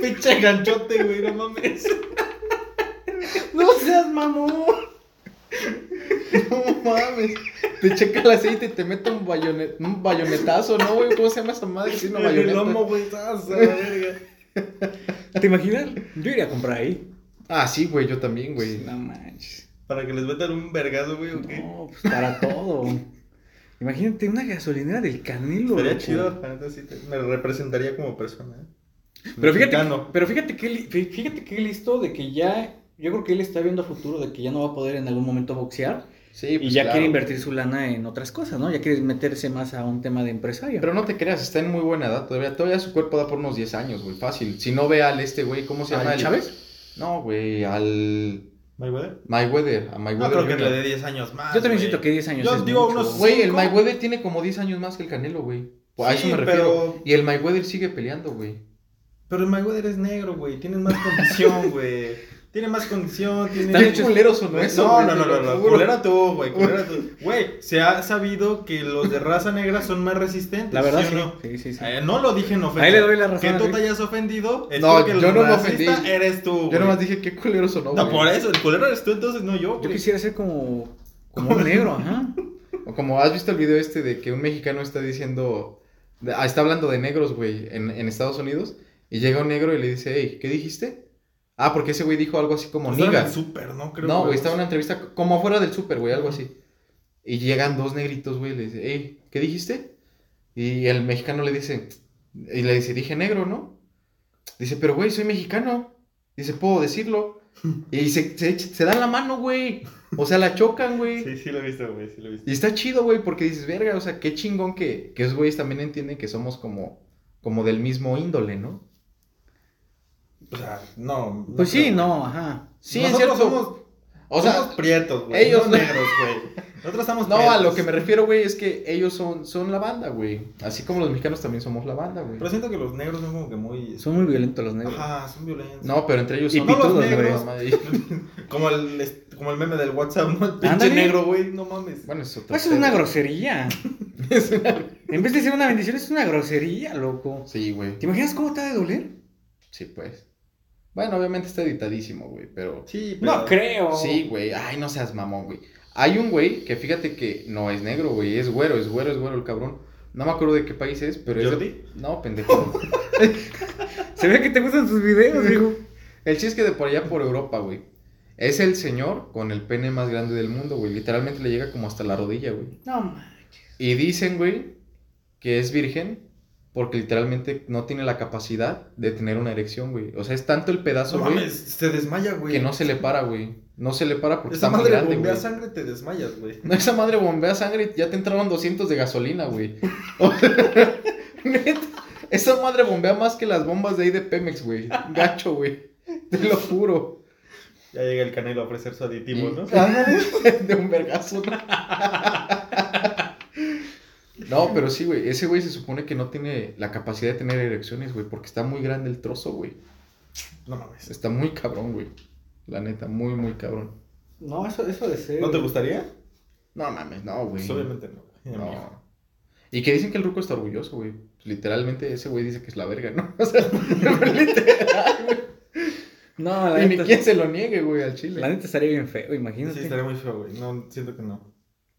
Speaker 3: Pinche ganchote, güey, no mames.
Speaker 2: No seas mamón.
Speaker 1: No mames. Te checa el aceite y te mete un, bayone- un bayonetazo, ¿no, güey? ¿Cómo se llama esa madre? Sí, una
Speaker 3: En el
Speaker 1: bayoneta.
Speaker 3: lomo, güey, estás a la verga.
Speaker 2: ¿Te imaginas? Yo iría a comprar ahí.
Speaker 1: Ah, sí, güey, yo también, güey.
Speaker 2: No manches.
Speaker 3: Para que les metan un vergazo, güey, ¿o qué?
Speaker 2: No, [LAUGHS] pues para todo. Imagínate una gasolinera del Canelo.
Speaker 3: Sería
Speaker 2: loco.
Speaker 3: chido, la neta, sí, te- me representaría como persona, ¿eh?
Speaker 2: Pero fíjate,
Speaker 3: Mexicano.
Speaker 2: pero fíjate que li- fí- fíjate que listo de que ya yo creo que él está viendo a futuro de que ya no va a poder en algún momento boxear
Speaker 1: Sí,
Speaker 2: y
Speaker 1: pues,
Speaker 2: ya
Speaker 1: claro.
Speaker 2: quiere invertir su lana en otras cosas, ¿no? Ya quiere meterse más a un tema de empresario.
Speaker 1: Pero no te creas, está en muy buena edad todavía. Todavía su cuerpo da por unos 10 años, güey, fácil. Si no ve al este, güey, ¿cómo se llama?
Speaker 2: ¿Al
Speaker 1: el-
Speaker 2: Chávez?
Speaker 1: No, güey, al
Speaker 3: ¿Mayweather?
Speaker 1: Mayweather. A
Speaker 3: No
Speaker 1: Mayweather
Speaker 3: creo que
Speaker 1: Jr.
Speaker 3: le dé 10 años más.
Speaker 2: Yo también
Speaker 3: güey.
Speaker 2: siento que 10 años
Speaker 3: Yo
Speaker 2: es
Speaker 3: digo
Speaker 2: mucho.
Speaker 3: unos
Speaker 1: Güey, el
Speaker 3: cinco.
Speaker 1: Mayweather tiene como 10 años más que el Canelo, güey. A eso
Speaker 3: Sí,
Speaker 1: me refiero.
Speaker 3: pero-
Speaker 1: Y el Mayweather sigue peleando, güey.
Speaker 3: Pero el Mayweather es negro, güey. Tiene más
Speaker 1: [LAUGHS]
Speaker 3: condición, güey. Tiene más condición, tiene...
Speaker 1: Están culeros o no eso,
Speaker 3: No,
Speaker 1: güey,
Speaker 3: no,
Speaker 1: te
Speaker 3: no,
Speaker 1: lo
Speaker 3: no, no,
Speaker 1: juro.
Speaker 3: culero tú, güey, culero tú. [LAUGHS] Güey, se ha sabido que los de raza negra son más resistentes,
Speaker 2: La verdad
Speaker 3: ¿sí o
Speaker 2: sí.
Speaker 3: no?
Speaker 2: Sí, sí, sí.
Speaker 3: Eh, no lo dije en ofensa.
Speaker 2: Ahí le doy la razón
Speaker 3: Que
Speaker 2: a
Speaker 3: tú
Speaker 2: Rick.
Speaker 3: te hayas ofendido es
Speaker 1: No,
Speaker 3: porque el
Speaker 1: yo no me
Speaker 3: racista
Speaker 1: ofendí.
Speaker 3: eres tú,
Speaker 1: Yo
Speaker 3: güey.
Speaker 1: nomás dije qué culeros o no,
Speaker 3: No,
Speaker 1: güey.
Speaker 3: por eso, el culero eres tú, entonces no yo,
Speaker 2: Yo
Speaker 3: güey.
Speaker 2: quisiera ser como como un negro, ajá.
Speaker 1: O como has visto el video este de que un mexicano está diciendo, ah, está hablando de negros, güey, en, en Estados Unidos, y llega un negro y le dice, hey, ¿qué dijiste? Ah, porque ese güey dijo algo así como
Speaker 3: Estaban
Speaker 1: niga.
Speaker 3: en Super, ¿no? Creo,
Speaker 1: No, güey, estaba en una entrevista c- como afuera del súper, güey, algo así. Y llegan dos negritos, güey, y le dice, hey, ¿qué dijiste? Y el mexicano le dice, y le dice, dije negro, ¿no? Dice, pero güey, soy mexicano. Dice, puedo
Speaker 3: [LAUGHS]
Speaker 1: decirlo. Y se, se, echa- se dan la mano, güey. O sea, la chocan, güey.
Speaker 3: Sí, sí lo he visto, güey, sí lo he visto.
Speaker 1: Y está chido, güey, porque dices, verga, o sea, qué chingón que, que esos güeyes también entienden que somos como, como del mismo índole, ¿no?
Speaker 3: O sea, no.
Speaker 2: Pues sí,
Speaker 3: creo.
Speaker 2: no, ajá.
Speaker 1: Sí, es
Speaker 3: Nosotros
Speaker 1: cierto.
Speaker 3: somos,
Speaker 1: o sea,
Speaker 3: somos prietos, güey.
Speaker 1: ellos-
Speaker 3: Ellos no negros, güey. Nosotros
Speaker 1: [LAUGHS]
Speaker 3: estamos
Speaker 1: No,
Speaker 3: prietos.
Speaker 1: a lo que me refiero, güey, es que ellos son, son la banda, güey. Así como los mexicanos también somos la banda, güey.
Speaker 3: Pero siento que los negros son como que muy.
Speaker 2: Son muy violentos los negros.
Speaker 3: Ajá, son violentos.
Speaker 1: No, pero entre ellos
Speaker 2: Y
Speaker 1: son
Speaker 3: no los
Speaker 1: todos, güey,
Speaker 2: [LAUGHS]
Speaker 3: negros.
Speaker 1: mamá, y-
Speaker 3: Como el, est- como el meme del WhatsApp, ¿no? El pinche
Speaker 2: Ándale.
Speaker 3: negro, güey, no mames.
Speaker 1: Bueno, es otro
Speaker 2: Pues es una
Speaker 1: pedo.
Speaker 2: grosería.
Speaker 1: Es una-
Speaker 2: En vez de ser una bendición, es una grosería, loco.
Speaker 1: Sí, güey.
Speaker 2: ¿Te imaginas cómo te ha de doler?
Speaker 1: Sí, pues. Bueno, obviamente está editadísimo, güey, pero...
Speaker 3: Sí, pero.
Speaker 2: No creo.
Speaker 1: Sí, güey. Ay, no seas mamón, güey. Hay un güey que fíjate que no es negro, güey. Es güero, es güero, es güero el cabrón. No me acuerdo de qué país es, pero es... de-
Speaker 3: ¿Jordi?
Speaker 1: No, pendejo. [LAUGHS]
Speaker 2: Se ve que te gustan sus videos, digo.
Speaker 1: El chiste es que de por allá por Europa, güey. Es el señor con el pene más grande del mundo, güey. Literalmente le llega como hasta la rodilla, güey.
Speaker 2: No, man.
Speaker 1: Y dicen, güey, que es virgen porque literalmente no tiene la capacidad de tener una erección, güey. O sea, es tanto el pedazo,
Speaker 3: No
Speaker 1: güey,
Speaker 3: mames, se desmaya, güey.
Speaker 1: que no se le para, güey. No se le para porque
Speaker 3: Esa
Speaker 1: está muy
Speaker 3: madre
Speaker 1: grande,
Speaker 3: bombea
Speaker 1: güey.
Speaker 3: sangre, te desmayas, güey.
Speaker 1: No, esa madre bombea sangre y ya te entraron 200 de gasolina,
Speaker 3: [LAUGHS]
Speaker 1: güey. [LAUGHS] Neta, esa madre bombea más que las bombas de ahí de Pemex, güey. Gacho, güey. Te lo juro.
Speaker 3: Ya llega el canelo a ofrecer su aditivo, ¿no?
Speaker 1: [LAUGHS] De un vergazo. ¿no? No, pero sí, güey. Ese güey se supone que no tiene la capacidad de tener erecciones, güey, porque está muy grande el trozo, güey.
Speaker 3: No mames.
Speaker 1: Está muy cabrón, güey. La neta, muy, muy cabrón.
Speaker 2: No, eso, eso de ser.
Speaker 3: ¿No te gustaría?
Speaker 1: No mames, no, güey.
Speaker 3: Pues obviamente no. güey.
Speaker 1: No. Y que dicen que el ruco está orgulloso, güey. Pues, Literalmente ese güey dice que es la verga, ¿no? [LAUGHS] O sea, literal, güey.
Speaker 2: No, la
Speaker 1: Y ni
Speaker 2: neta.
Speaker 1: quien se lo niegue, güey, al
Speaker 2: La
Speaker 1: chile.
Speaker 2: neta estaría bien feo, imagínate.
Speaker 3: Sí, estaría muy feo, güey. No, siento que no.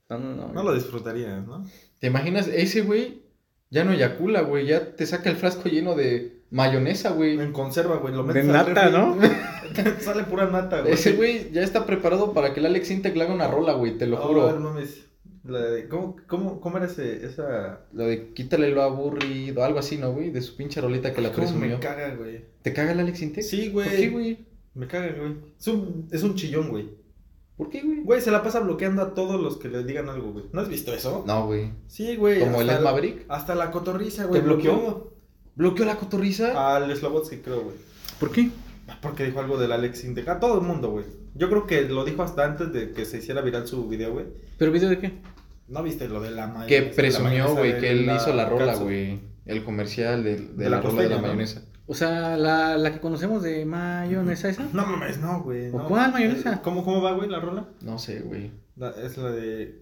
Speaker 2: No, no, no.
Speaker 3: No lo disfrutarías, ¿no?
Speaker 1: ¿Te imaginas? Ese güey ya no eyacula, güey. Ya te saca el frasco lleno de mayonesa, güey.
Speaker 3: En conserva, güey. Lo
Speaker 2: De
Speaker 3: metes al
Speaker 2: nata,
Speaker 3: refri.
Speaker 2: ¿no?
Speaker 3: [LAUGHS] Sale pura nata, güey.
Speaker 1: Ese güey ya está preparado para que el Alex Intec le haga una rola, güey, te lo
Speaker 3: Oh,
Speaker 1: juro.
Speaker 3: no mames. La de- ¿Cómo, cómo, ¿Cómo era ese, esa...?
Speaker 1: Lo de quítale lo aburrido, algo así, ¿no, güey? De su pinche rolita que la
Speaker 3: ¿Cómo me
Speaker 1: presumió.
Speaker 3: caga, güey?
Speaker 1: ¿Te caga el Alex Intec?
Speaker 3: Sí,
Speaker 1: ¿Por
Speaker 3: güey.
Speaker 1: qué, güey?
Speaker 3: Me caga, güey. Es un, es un chillón, güey.
Speaker 1: ¿Por qué, güey?
Speaker 3: Güey, se la pasa bloqueando a todos los que le digan algo, güey. ¿No has visto eso?
Speaker 1: No, güey.
Speaker 3: Sí, güey.
Speaker 1: Como el
Speaker 3: hasta
Speaker 1: Ed
Speaker 3: la-
Speaker 1: Maverick.
Speaker 3: Hasta la cotorriza, güey.
Speaker 1: ¿Te bloqueó? ¿Bloqueó la cotorriza?
Speaker 3: Al Slobotsky, creo, güey.
Speaker 2: ¿Por qué?
Speaker 3: Porque dijo algo del Alex Intec. A todo el mundo, güey. Yo creo que lo dijo hasta antes de que se hiciera viral su video, güey.
Speaker 2: ¿Pero video de qué?
Speaker 3: ¿No viste lo de la mayonesa?
Speaker 1: que
Speaker 3: La
Speaker 1: presumió,
Speaker 3: mayonesa
Speaker 1: güey,
Speaker 3: de
Speaker 1: que él hizo la rola,
Speaker 3: catsup?
Speaker 1: güey. El comercial de, de
Speaker 3: De
Speaker 1: la,
Speaker 3: la
Speaker 1: rola de la
Speaker 3: costeña, ¿no?
Speaker 1: mayonesa.
Speaker 2: O sea, la, la que conocemos de mayonesa esa.
Speaker 3: No mames, no, güey.
Speaker 2: ¿O
Speaker 3: no.
Speaker 2: cuál mayonesa?
Speaker 3: ¿Cómo, ¿Cómo va, güey, la rola?
Speaker 1: No sé, güey.
Speaker 3: La- es la de.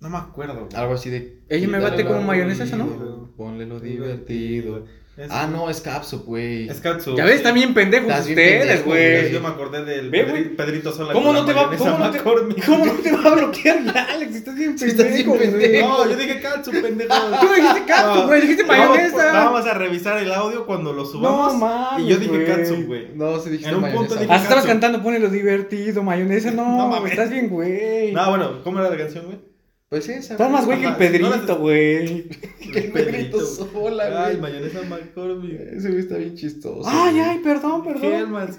Speaker 3: No me acuerdo, güey.
Speaker 1: Algo así de.
Speaker 2: Ella me
Speaker 1: quítale
Speaker 2: bate
Speaker 1: lo
Speaker 2: como mayonesa esa, ¿no?
Speaker 1: aburrido, Ponle lo divertido.
Speaker 3: Es-
Speaker 1: Ah, no, es Capsup, güey.
Speaker 3: Es Katsu.
Speaker 2: Ya ves, también pendejos
Speaker 1: Estás bien
Speaker 2: ustedes,
Speaker 1: pendejo, güey.
Speaker 3: Yo
Speaker 2: güey.
Speaker 3: me acordé del
Speaker 2: Ve,
Speaker 3: Pedri-
Speaker 2: güey.
Speaker 3: Pedrito Sola.
Speaker 2: ¿Cómo
Speaker 3: con la
Speaker 2: no te va,
Speaker 3: mayonesa
Speaker 2: cómo no te,
Speaker 3: McCormick.
Speaker 2: cómo no te va a bloquear la Alex? Estás bien
Speaker 1: Sí, estás bien
Speaker 2: pendejo, güey.
Speaker 1: pendejo.
Speaker 3: No, yo dije Katsu, pendejo.
Speaker 2: [LAUGHS] Tú no dijiste cato,
Speaker 3: No.
Speaker 2: güey, dijiste
Speaker 3: Vamos,
Speaker 2: mayonesa.
Speaker 3: vamos a revisar el audio cuando lo subamos.
Speaker 2: No mames,
Speaker 3: Y yo dije
Speaker 2: güey.
Speaker 3: Katsu, güey.
Speaker 1: No, se dijiste
Speaker 3: En un punto
Speaker 1: mayonesa. Ah,
Speaker 3: dije-
Speaker 2: Hasta estabas
Speaker 3: Katsu.
Speaker 2: cantando, pone lo divertido, mayonesa. No,
Speaker 3: No
Speaker 2: güey,
Speaker 3: mames.
Speaker 2: estás bien, güey.
Speaker 3: No, bueno, ¿cómo era la
Speaker 2: [LAUGHS]
Speaker 3: canción, güey?
Speaker 1: Pues esa.
Speaker 2: Estás más güey que el
Speaker 3: Ajá, si no
Speaker 2: Pedrito,
Speaker 3: las-
Speaker 2: güey.
Speaker 1: [LAUGHS] Que
Speaker 3: [LAUGHS]
Speaker 1: el Pedrito Sola, güey.
Speaker 3: Ay, mayonesa McCormick.
Speaker 1: Ese güey está bien chistoso.
Speaker 2: Ay,
Speaker 1: güey.
Speaker 2: ay, perdón, perdón.
Speaker 3: Hellmans,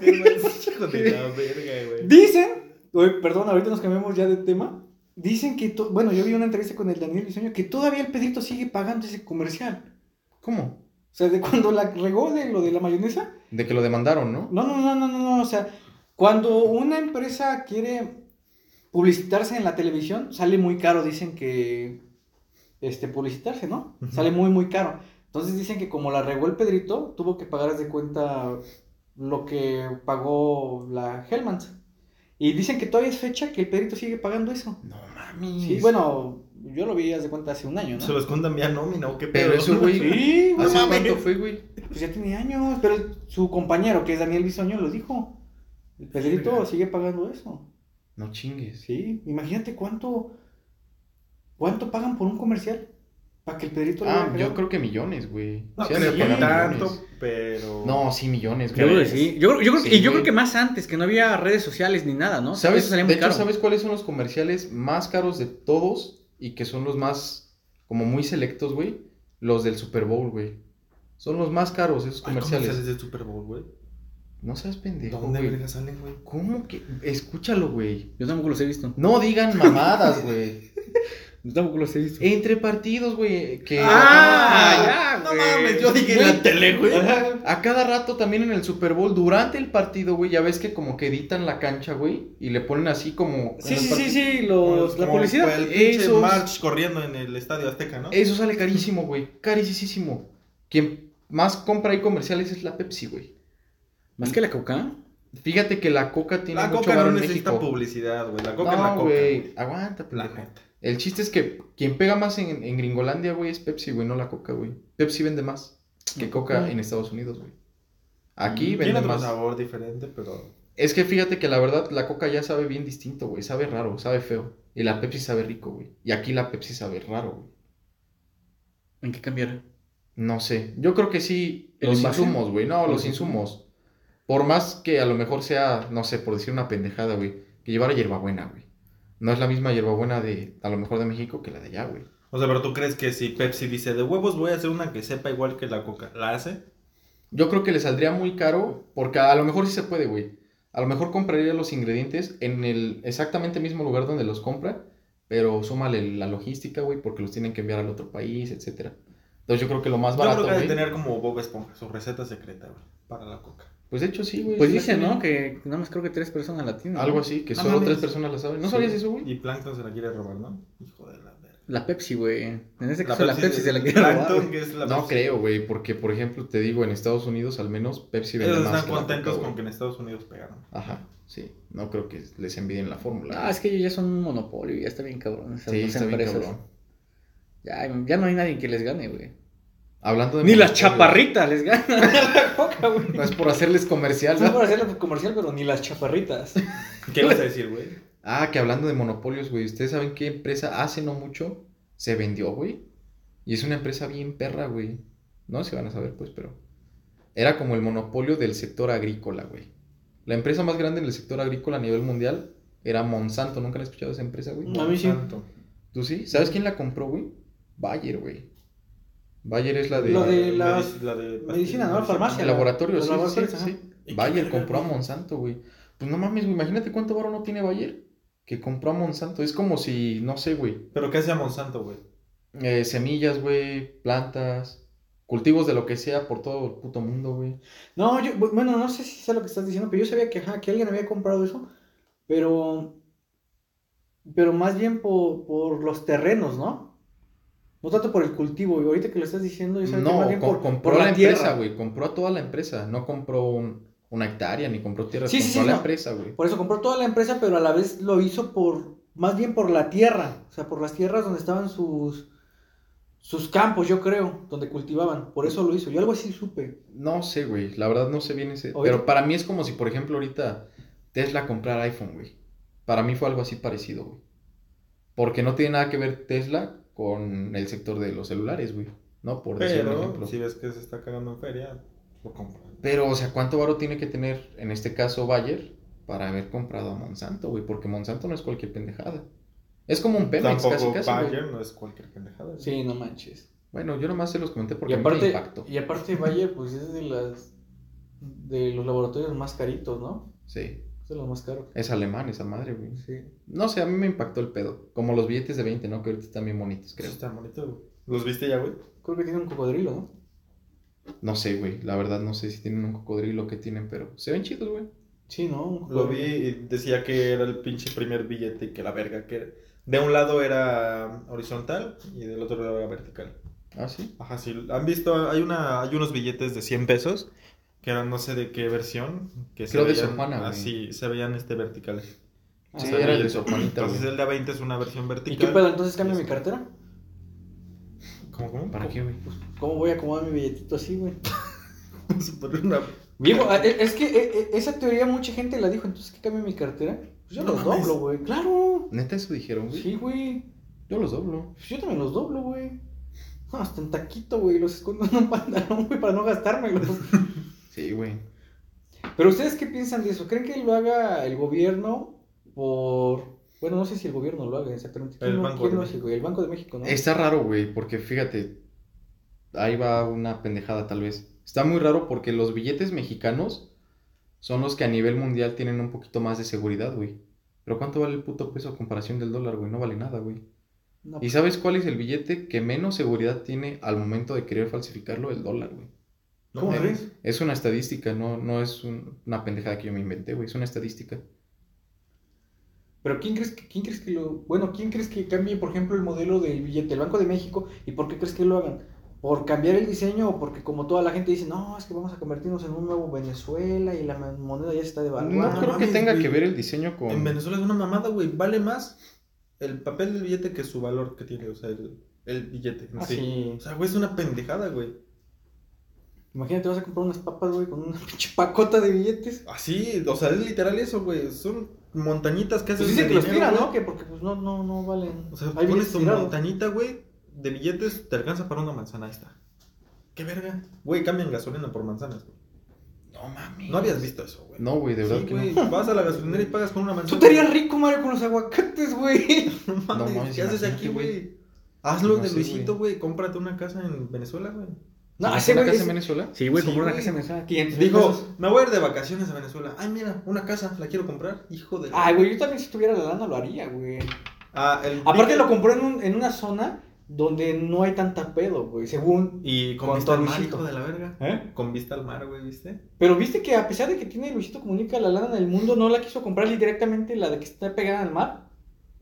Speaker 2: [LAUGHS]
Speaker 3: Hellmans. Hijo de la verga, güey.
Speaker 2: Dicen, oye, perdón, ahorita nos cambiamos ya de tema. Dicen que, to- bueno, yo vi una entrevista con el Daniel Bisoño que todavía el Pedrito sigue pagando ese comercial.
Speaker 1: ¿Cómo?
Speaker 2: O sea, de cuando la regó de lo de la mayonesa.
Speaker 1: De que lo demandaron, ¿no?
Speaker 2: No, no, no, no, no, no. O sea, cuando una empresa quiere publicitarse en la televisión, sale muy caro, dicen que este, publicitarse, ¿no?
Speaker 3: Ujú.
Speaker 2: Sale muy, muy caro. Entonces dicen que como la regó el Pedrito, tuvo que pagar haz de cuenta lo que pagó la Hellmans. Y dicen que todavía es fecha que el Pedrito sigue pagando eso.
Speaker 1: No mames.
Speaker 2: Sí, bueno, yo lo vi haz de cuenta hace un año,
Speaker 3: Se
Speaker 2: ¿no?
Speaker 3: los contan vía nómina, ¿o qué pedo?
Speaker 1: Pero eso, güey.
Speaker 2: Sí, güey,
Speaker 1: ¿Hace
Speaker 3: No mames.
Speaker 1: cuánto fue, güey?
Speaker 2: pues ya tiene años. Pero su compañero, que es Daniel Bisoño, lo dijo. El Pedrito
Speaker 3: Verga.
Speaker 2: sigue pagando eso.
Speaker 1: No chingues.
Speaker 2: Sí, imagínate cuánto cuánto pagan por un comercial.
Speaker 4: Para que el Pedrito lo
Speaker 1: Ah,
Speaker 4: vea,
Speaker 1: yo creo que millones, güey.
Speaker 3: No
Speaker 1: Sí, han de
Speaker 3: creo que
Speaker 1: pagar
Speaker 3: tanto,
Speaker 1: millones.
Speaker 3: pero.
Speaker 1: No, sí, millones,
Speaker 2: Yo
Speaker 1: güey.
Speaker 2: creo que sí. Yo, creo- yo creo que-
Speaker 1: Sí,
Speaker 2: y yo
Speaker 1: güey.
Speaker 2: creo que más antes, que no había redes sociales ni nada, ¿no?
Speaker 1: ¿Sabes?
Speaker 2: Eso
Speaker 1: de
Speaker 2: salía muy
Speaker 1: hecho,
Speaker 2: caro.
Speaker 1: ¿sabes cuáles son los comerciales más caros de todos y que son los más, como muy selectos, güey? Los del Super Bowl, güey. Son los más caros esos
Speaker 3: Hay comerciales.
Speaker 1: comerciales.
Speaker 3: del Super Bowl, güey.
Speaker 1: No seas pendejo,
Speaker 3: ¿Dónde
Speaker 1: güey.
Speaker 3: verga salen, güey?
Speaker 1: ¿Cómo que? Escúchalo, güey.
Speaker 2: Yo tampoco los he visto.
Speaker 1: No digan mamadas, [LAUGHS] güey.
Speaker 2: Yo tampoco los he visto.
Speaker 1: Entre partidos, güey. Que
Speaker 2: Ah, ya,
Speaker 3: No
Speaker 2: güey.
Speaker 3: mames, yo dije en la
Speaker 1: Güey.
Speaker 3: tele, güey.
Speaker 1: A cada rato también en el Super Bowl, durante el partido, güey, ya ves que como que editan la cancha, güey, y le ponen así como...
Speaker 2: Sí,
Speaker 1: en los
Speaker 2: sí, sí,
Speaker 1: partidos.
Speaker 2: sí,
Speaker 1: Pues,
Speaker 2: los, la
Speaker 3: Como
Speaker 2: publicidad.
Speaker 3: fue El pinche
Speaker 1: esos- Eh,
Speaker 3: March corriendo en el estadio Azteca, ¿no?
Speaker 1: Eso sale carísimo, güey, carísimo. Quien más compra ahí comerciales es la Pepsi, güey.
Speaker 2: Más que la coca.
Speaker 1: Fíjate que la Coca tiene
Speaker 3: La
Speaker 1: mucho
Speaker 3: coca
Speaker 1: varo
Speaker 3: no
Speaker 1: en
Speaker 3: necesita
Speaker 1: México.
Speaker 3: publicidad, güey. La coca es la
Speaker 1: No,
Speaker 3: coca.
Speaker 1: güey,
Speaker 3: güey.
Speaker 1: aguanta,
Speaker 3: La
Speaker 1: pendejo.
Speaker 3: neta.
Speaker 1: El chiste es que quien pega más en, en Gringolandia, güey, es Pepsi, güey, no la Coca, güey. Pepsi vende más que Coca en Estados Unidos, güey. Aquí
Speaker 3: Mm, Tiene
Speaker 1: vende
Speaker 3: otro
Speaker 1: más.
Speaker 3: sabor diferente, pero.
Speaker 1: Es que fíjate que la verdad la coca ya sabe bien distinto, güey. Sabe raro, sabe feo. Y la Pepsi sabe rico, güey. Y aquí la Pepsi sabe raro, güey.
Speaker 2: ¿En qué cambiar?
Speaker 1: No sé. Yo creo que sí.
Speaker 2: ¿El
Speaker 1: Los
Speaker 2: envase?
Speaker 1: insumos, güey. No, los
Speaker 2: Ujú.
Speaker 1: insumos. Por más que a lo mejor sea, no sé, por decir una pendejada, güey. Que llevara hierbabuena, güey. No es la misma hierbabuena de, a lo mejor de México que la de allá, güey.
Speaker 3: O sea, pero tú crees que si Pepsi dice de huevos voy a hacer una que sepa igual que la coca, ¿la hace?
Speaker 1: Yo creo que le saldría muy caro, porque a lo mejor sí se puede, güey. A lo mejor compraría los ingredientes en el exactamente mismo lugar donde los compra, pero súmale la logística, güey, porque los tienen que enviar al otro país, etcétera. Entonces yo creo que lo más
Speaker 3: Yo
Speaker 1: barato,
Speaker 3: creo que ha de
Speaker 1: güey.
Speaker 3: tener como Bob Esponja, su receta secreta, güey, para la coca.
Speaker 1: Pues de hecho sí, güey.
Speaker 2: Pues
Speaker 1: sí la
Speaker 2: dice,
Speaker 1: tienen.
Speaker 2: ¿no? Que nada más creo que tres personas la tienen. ¿no?
Speaker 1: Algo así, que
Speaker 3: Ah,
Speaker 1: solo
Speaker 3: mames.
Speaker 1: tres personas la saben. ¿No
Speaker 3: Sí.
Speaker 1: sabías eso, güey?
Speaker 3: Y Plankton se la quiere robar, ¿no? Hijo de la verga.
Speaker 2: La Pepsi, güey. En este caso la Pepsi, se la
Speaker 3: de-
Speaker 2: quiere robar,
Speaker 3: Plankton,
Speaker 2: güey.
Speaker 3: que es la
Speaker 1: No
Speaker 3: Pepsi.
Speaker 1: creo, güey, porque por ejemplo te digo, en Estados Unidos al menos Pepsi vende
Speaker 3: Ellos
Speaker 1: más.
Speaker 3: están
Speaker 1: que la
Speaker 3: contentos
Speaker 1: Coca,
Speaker 3: con que
Speaker 1: güey.
Speaker 3: en Estados Unidos pegaron.
Speaker 1: Ajá, sí. No creo que les envidien la fórmula.
Speaker 2: Ah, es que ellos ya son un monopolio, ya está bien cabrón. esas
Speaker 1: sí,
Speaker 2: dos
Speaker 1: está bien
Speaker 2: empresas.
Speaker 1: cabrón.
Speaker 2: Ya, ya no hay nadie que les gane, güey.
Speaker 1: Hablando de
Speaker 2: Ni las
Speaker 1: monopolio.
Speaker 2: chaparritas les [LAUGHS] ganan a la coca, güey.
Speaker 1: No es por hacerles comercial,
Speaker 2: No
Speaker 1: ¿no?
Speaker 2: por hacerlo comercial, pero ni las chaparritas.
Speaker 3: ¿Qué vas a decir, güey?
Speaker 1: Ah, que hablando de monopolios, güey, ¿ustedes saben qué empresa hace no mucho se vendió, güey? Y es una empresa bien perra, güey. No se van a saber, pues, pero... Era como el monopolio del sector agrícola, güey. La empresa más grande en el sector agrícola a nivel mundial era Monsanto. ¿Nunca han escuchado esa empresa, güey?
Speaker 2: No. A mí sí.
Speaker 3: Tanto.
Speaker 1: ¿Tú sí? ¿Sabes quién la compró, güey? Bayer, güey. Bayer es la de...
Speaker 2: Lo de
Speaker 3: Medic-
Speaker 2: las-
Speaker 3: la de
Speaker 2: medicina, ¿no? Farmacia.
Speaker 1: El laboratorio,
Speaker 2: Los
Speaker 1: sí, sí,
Speaker 2: laboratorios,
Speaker 1: sí,
Speaker 2: ajá.
Speaker 1: sí.
Speaker 3: ¿Y qué
Speaker 1: Bayer
Speaker 3: verga,
Speaker 1: compró a
Speaker 3: güey?
Speaker 1: Monsanto, güey. Pues no mames, güey, imagínate cuánto varo no tiene Bayer que compró a Monsanto. Es como si, no sé, güey,
Speaker 3: ¿Pero qué hacía Monsanto, güey?
Speaker 1: eh, semillas, güey, plantas, cultivos de lo que sea por todo el puto mundo, güey.
Speaker 2: No, yo, bu- bueno, no sé si sé lo que estás diciendo, pero yo sabía que, ajá, que alguien había comprado eso, pero, pero más bien por, por los terrenos, ¿no? No tanto por el cultivo, y ahorita que lo estás diciendo, yo sabía que más
Speaker 1: No,
Speaker 2: bien
Speaker 1: co-
Speaker 2: por,
Speaker 1: compró
Speaker 2: por
Speaker 1: la,
Speaker 2: tierra.
Speaker 1: empresa, güey, compró a toda la empresa, no compró un- una hectárea ni compró tierra,
Speaker 2: Sí,
Speaker 1: compró
Speaker 2: sí, sí,
Speaker 1: a la
Speaker 2: no.
Speaker 1: empresa, güey.
Speaker 2: Por eso compró toda la empresa, pero a la vez lo hizo por, más bien por la tierra, o sea, por las tierras donde estaban sus, sus campos, yo creo, donde cultivaban, por eso lo hizo, yo algo así supe.
Speaker 1: No sé, güey, la verdad no sé bien ese,
Speaker 2: Ahorita-
Speaker 1: pero para mí es como si, por ejemplo, ahorita Tesla comprara iPhone, güey. Para mí fue algo así parecido, güey. Porque no tiene nada que ver Tesla con el sector de los celulares, güey. No, por decir un
Speaker 3: Pero
Speaker 1: ejemplo.
Speaker 3: si ves que se está cagando en feria, lo compran.
Speaker 1: Pero, o sea, ¿cuánto varo tiene que tener, en este caso, Bayer, para haber comprado a Monsanto, güey? Porque Monsanto no es cualquier pendejada. Es como un Pemex, casi,
Speaker 3: Tampoco
Speaker 1: casi, güey.
Speaker 3: Bayer no es cualquier pendejada. güey.
Speaker 2: Sí, no manches.
Speaker 1: Bueno, yo nomás se los comenté porque
Speaker 2: y
Speaker 1: a mí me
Speaker 2: aparte,
Speaker 1: impactó.
Speaker 2: y aparte Bayer, pues es de las de los laboratorios más caritos, ¿no?
Speaker 1: Sí,
Speaker 2: Es de los más caros.
Speaker 1: es alemán esa madre, güey.
Speaker 2: Sí.
Speaker 1: No sé, a mí me impactó el pedo. Como los billetes de 20, ¿no? Que ahorita están bien bonitos,
Speaker 3: Eso
Speaker 1: creo.
Speaker 3: está bonito, güey. ¿Los viste ya, güey?
Speaker 2: Creo que tiene un cocodrilo, ¿no?
Speaker 1: No sé, güey. La verdad no sé si tienen un cocodrilo que tienen, pero se ven chidos, güey.
Speaker 2: Sí, ¿no? Un
Speaker 3: Lo
Speaker 2: cocodrilo.
Speaker 3: vi y decía que era el pinche primer billete y que la verga que era. De un lado era horizontal y del otro lado era vertical.
Speaker 1: Ah, sí.
Speaker 3: Ajá, sí. ¿Han visto? Hay una hay unos billetes de 100 pesos que eran no sé de qué versión. Que
Speaker 1: Creo de
Speaker 3: veían
Speaker 1: Sor Juana, güey.
Speaker 3: Así, se veían este verticales.
Speaker 2: Ah,
Speaker 1: Sí,
Speaker 3: está
Speaker 1: era el de
Speaker 3: bien.
Speaker 1: Sor Juanita,
Speaker 3: Entonces
Speaker 1: güey.
Speaker 3: el de 20 es una versión
Speaker 2: ¿Y
Speaker 3: vertical. Este.
Speaker 2: qué pedo? Entonces cambio mi cartera.
Speaker 3: ¿Cómo, cómo? [LAUGHS]
Speaker 1: ¿Para qué, güey?
Speaker 2: ¿Cómo voy a acomodar mi billetito así, güey?
Speaker 3: Vamos a poner una-
Speaker 2: Digo, a- e- es que e- e- esa teoría mucha gente la dijo, entonces ¿qué cambio mi cartera? Pues yo
Speaker 3: No
Speaker 2: los
Speaker 3: mames.
Speaker 2: doblo, güey. Claro.
Speaker 1: Neta, eso dijeron, güey.
Speaker 2: Sí, güey.
Speaker 1: Yo los doblo.
Speaker 2: Pues yo también los doblo, güey. No, hasta en taquito, güey. Los escondo en un pantalón, güey, para no gastármelos.
Speaker 3: [LAUGHS]
Speaker 1: Sí, güey.
Speaker 2: Pero ustedes qué piensan de eso? ¿Creen que lo haga el gobierno por... Bueno, no sé si el gobierno lo haga exactamente. ¿Quién
Speaker 3: El
Speaker 2: lo-
Speaker 3: Banco
Speaker 2: quién
Speaker 3: de
Speaker 2: lo hace, güey? El Banco de México, ¿no?
Speaker 1: Está raro, güey, porque fíjate, ahí va una pendejada tal vez. Está muy raro porque los billetes mexicanos son los que a nivel mundial tienen un poquito más de seguridad, güey. Pero ¿cuánto vale el puto peso a comparación del dólar, güey? No vale nada, güey.
Speaker 2: No,
Speaker 1: ¿Y sabes cuál es el billete que menos seguridad tiene al momento de querer falsificarlo? El dólar, güey.
Speaker 3: No
Speaker 2: ¿Cómo
Speaker 3: mames.
Speaker 2: crees?
Speaker 1: Es una estadística, no, no es un- una pendejada que yo me inventé, güey. Es una estadística.
Speaker 2: Pero ¿quién crees, que, ¿quién crees que lo... Bueno, ¿quién crees que cambie, por ejemplo, el modelo del billete del Banco de México? ¿Y por qué crees que lo hagan? ¿Por cambiar el diseño o porque como toda la gente dice, no, es que vamos a convertirnos en un nuevo Venezuela y la moneda ya se está devaluando?
Speaker 1: No
Speaker 3: no
Speaker 1: creo que
Speaker 3: mames,
Speaker 1: tenga
Speaker 3: güey.
Speaker 1: que ver el diseño con...
Speaker 3: En Venezuela es una mamada, güey. Vale más el papel del billete que su valor que tiene, o sea, el, el billete. en
Speaker 2: Ah,
Speaker 3: sí.
Speaker 2: sí.
Speaker 3: O sea, güey, es una pendejada, güey.
Speaker 2: Imagínate, vas a comprar unas papas, güey, con una [LAUGHS] pinche pacota de billetes.
Speaker 3: Así, o sea, es literal eso, güey. Son montañitas que haces
Speaker 2: Pues dicen
Speaker 3: de
Speaker 2: que los
Speaker 3: dinero,
Speaker 2: tiran,
Speaker 3: güey.
Speaker 2: ¿no? Que porque pues no, no, no valen.
Speaker 3: O sea,
Speaker 2: Hay
Speaker 3: pones
Speaker 2: billetes
Speaker 3: tu
Speaker 2: tirados.
Speaker 3: montañita, güey, de billetes, te alcanza para una manzana, ahí está. ¿Qué verga? Güey, cambian gasolina por manzanas, güey.
Speaker 1: No mames.
Speaker 3: No habías visto eso, güey.
Speaker 1: No, güey, de verdad
Speaker 3: Sí,
Speaker 1: que
Speaker 3: güey,
Speaker 1: no.
Speaker 3: vas a la gasolinera y pagas con una
Speaker 2: Tú
Speaker 3: manzana.
Speaker 2: te harías rico, Mario, con los aguacates, [LAUGHS] güey.
Speaker 3: No mames,
Speaker 1: No mames,
Speaker 3: ¿qué haces
Speaker 1: imagínate,
Speaker 3: aquí, güey?
Speaker 1: güey.
Speaker 3: Hazlo
Speaker 1: No
Speaker 3: de
Speaker 1: sé,
Speaker 3: Luisito, güey. Cómprate una casa en Venezuela, güey.
Speaker 2: No,
Speaker 1: ¿Tienes
Speaker 2: ese
Speaker 1: una
Speaker 2: güey.
Speaker 1: casa
Speaker 2: es-
Speaker 1: en Venezuela?
Speaker 2: Sí, güey,
Speaker 3: Sí,
Speaker 2: compró una
Speaker 3: güey.
Speaker 2: casa en Venezuela. 500 mil
Speaker 3: Dijo,
Speaker 2: pesos.
Speaker 3: me voy a ir de vacaciones a Venezuela. Ay, mira, una casa, la quiero comprar. Hijo de.
Speaker 2: Ay, güey, yo también si tuviera la lana lo haría, güey.
Speaker 3: Ah, el-
Speaker 2: Aparte lo compró en, un- en una zona donde no hay tanta pedo, güey, según.
Speaker 3: Y con,
Speaker 2: con
Speaker 3: vista al mar,
Speaker 2: Luisito.
Speaker 3: hijo de la verga.
Speaker 2: ¿Eh?
Speaker 3: Con vista al mar, güey, ¿viste?
Speaker 2: Pero viste que a pesar de que tiene Luisito Comunica la lana del mundo, no la quiso comprar y directamente la de que está pegada al mar.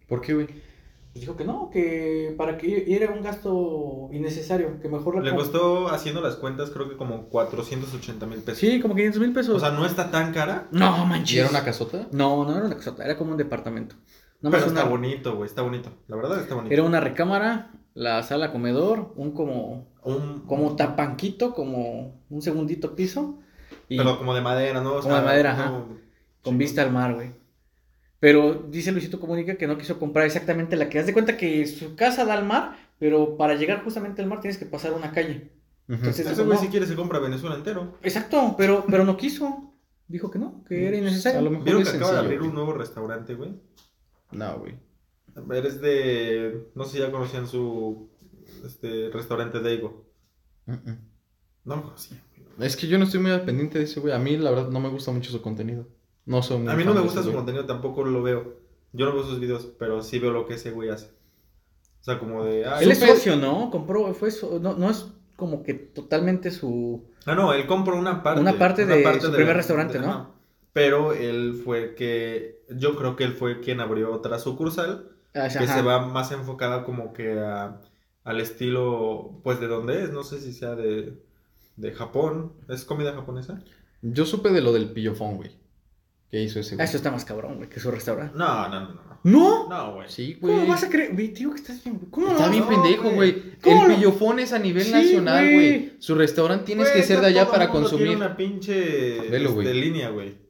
Speaker 1: ¿Por qué, güey?
Speaker 2: Pues dijo que no, que para que era un gasto innecesario, que mejor la
Speaker 3: Le
Speaker 2: comp-
Speaker 3: costó, haciendo las cuentas, creo que como 480 mil pesos.
Speaker 2: Sí, como 500 mil pesos.
Speaker 3: O sea, no está tan cara,
Speaker 2: no,
Speaker 1: ¿Y
Speaker 2: manches.
Speaker 1: era una casota?
Speaker 2: No, no era una casota, era como un departamento. No
Speaker 3: pero
Speaker 2: una...
Speaker 3: está bonito, güey. Está bonito. La verdad está bonito.
Speaker 2: Era una recámara, la sala comedor, un como,
Speaker 3: Un-
Speaker 2: como tapanquito, como un segundito piso, y
Speaker 3: Pero como de madera, ¿no? O
Speaker 2: Como de madera, ajá.
Speaker 3: no-
Speaker 2: con vista al mar, güey. Pero dice Luisito Comunica que no quiso comprar exactamente la que. Haz de cuenta que su casa da al mar, pero para llegar justamente al mar tienes que pasar una calle. Entonces,
Speaker 3: Ese güey,
Speaker 2: no.
Speaker 3: si quiere, se compra Venezuela entero.
Speaker 2: Exacto, pero, pero no quiso. Dijo que no, que era innecesario.
Speaker 1: Mm, A lo mejor
Speaker 3: Vieron
Speaker 1: es
Speaker 3: que acaba de
Speaker 1: sencillo,
Speaker 3: abrir
Speaker 1: güey.
Speaker 3: un nuevo restaurante, güey.
Speaker 1: No, güey.
Speaker 3: Eres de. No sé si ya conocían su. Este restaurante Daigo.
Speaker 1: Mm-mm.
Speaker 3: No lo conocía. güey.
Speaker 1: Es que yo no estoy muy al pendiente de ese güey. A mí, la verdad, no me gusta mucho su contenido. No soy muy
Speaker 3: A mí
Speaker 1: fan
Speaker 3: no me
Speaker 1: de
Speaker 3: gusta
Speaker 1: ese
Speaker 3: su
Speaker 1: güey.
Speaker 3: contenido, tampoco lo veo. Yo no veo sus videos, pero sí veo lo que ese güey hace. O sea, como de. ah,
Speaker 2: Él es
Speaker 1: Supe-
Speaker 2: socio, ¿no? Compró, fue so- no, no es como que totalmente su...
Speaker 3: Ah, no, él compró una parte.
Speaker 2: Una parte de su
Speaker 3: del-
Speaker 2: primer restaurante, ¿no?
Speaker 3: ajá. Pero él fue que. Yo creo que él fue quien abrió otra sucursal.
Speaker 2: ah,
Speaker 3: que se va más enfocada como que a- al estilo, pues de donde es, no sé si sea de, de Japón, ¿es comida japonesa?
Speaker 1: Yo supe de lo del pillofón, güey. ¿Qué hizo ese
Speaker 2: Ah,
Speaker 1: güey?
Speaker 2: Eso está más cabrón, güey, que su restaurante.
Speaker 3: No, no, no, no.
Speaker 2: ¿No?
Speaker 3: No, güey.
Speaker 1: Sí, güey.
Speaker 2: ¿Cómo vas a creer? Güey, tío, que estás bien... güey. ¿Cómo
Speaker 1: Está
Speaker 2: no? Ah,
Speaker 1: bien
Speaker 3: No,
Speaker 1: pendejo,
Speaker 3: güey.
Speaker 1: güey.
Speaker 2: ¿Cómo
Speaker 1: El
Speaker 2: no?
Speaker 1: pillofón es a nivel
Speaker 2: Sí,
Speaker 1: nacional,
Speaker 2: güey.
Speaker 1: güey. Su restaurante tienes
Speaker 3: Güey,
Speaker 1: que ser
Speaker 3: no
Speaker 1: de allá
Speaker 3: todo
Speaker 1: para
Speaker 3: mundo tiene
Speaker 1: consumir.
Speaker 3: una pinche
Speaker 1: Velo,
Speaker 3: este,
Speaker 1: güey.
Speaker 3: línea, güey.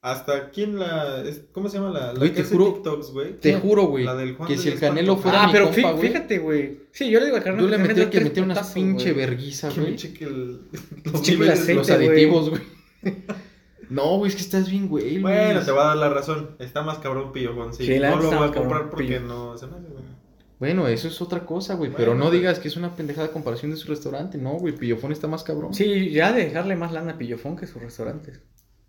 Speaker 3: Hasta aquí en la, es- ¿cómo se llama la? la
Speaker 1: Güey,
Speaker 3: que
Speaker 1: te
Speaker 3: hace
Speaker 1: juro-
Speaker 3: TikToks, güey.
Speaker 1: Te juro, güey,
Speaker 3: La del Juan
Speaker 1: que
Speaker 3: del
Speaker 1: si el
Speaker 3: Espanto.
Speaker 1: Canelo fuera
Speaker 2: ah,
Speaker 1: mi
Speaker 2: pero
Speaker 1: compa,
Speaker 2: fí-
Speaker 1: güey,
Speaker 2: fíjate, güey. Sí, yo le digo a Carmen
Speaker 1: yo le metí que meter una
Speaker 2: unas
Speaker 1: pinche verguiza,
Speaker 3: Que me
Speaker 1: güey.
Speaker 3: cheque el- [LAUGHS] los
Speaker 2: Cheque el
Speaker 3: niveles,
Speaker 2: aceite.
Speaker 1: Los
Speaker 2: güey.
Speaker 1: aditivos,
Speaker 2: [LAUGHS]
Speaker 1: güey. No, güey, es que estás bien, güey.
Speaker 3: los- Bueno, te va a dar la razón. Está más cabrón pillofón, sí.
Speaker 2: Sí, la neta
Speaker 3: no lo
Speaker 2: está
Speaker 3: voy a
Speaker 2: más cabrón,
Speaker 3: comprar porque
Speaker 2: pillo.
Speaker 3: no se me hace, güey.
Speaker 1: Bueno, eso es otra cosa, güey. pero
Speaker 3: Bueno,
Speaker 1: no
Speaker 3: pero-
Speaker 1: digas que es una pendejada a comparación de su restaurante. No, güey. Pillofón está más cabrón. Sí.
Speaker 2: Sí, ya dejarle más lana a Pillofón que sus restaurantes.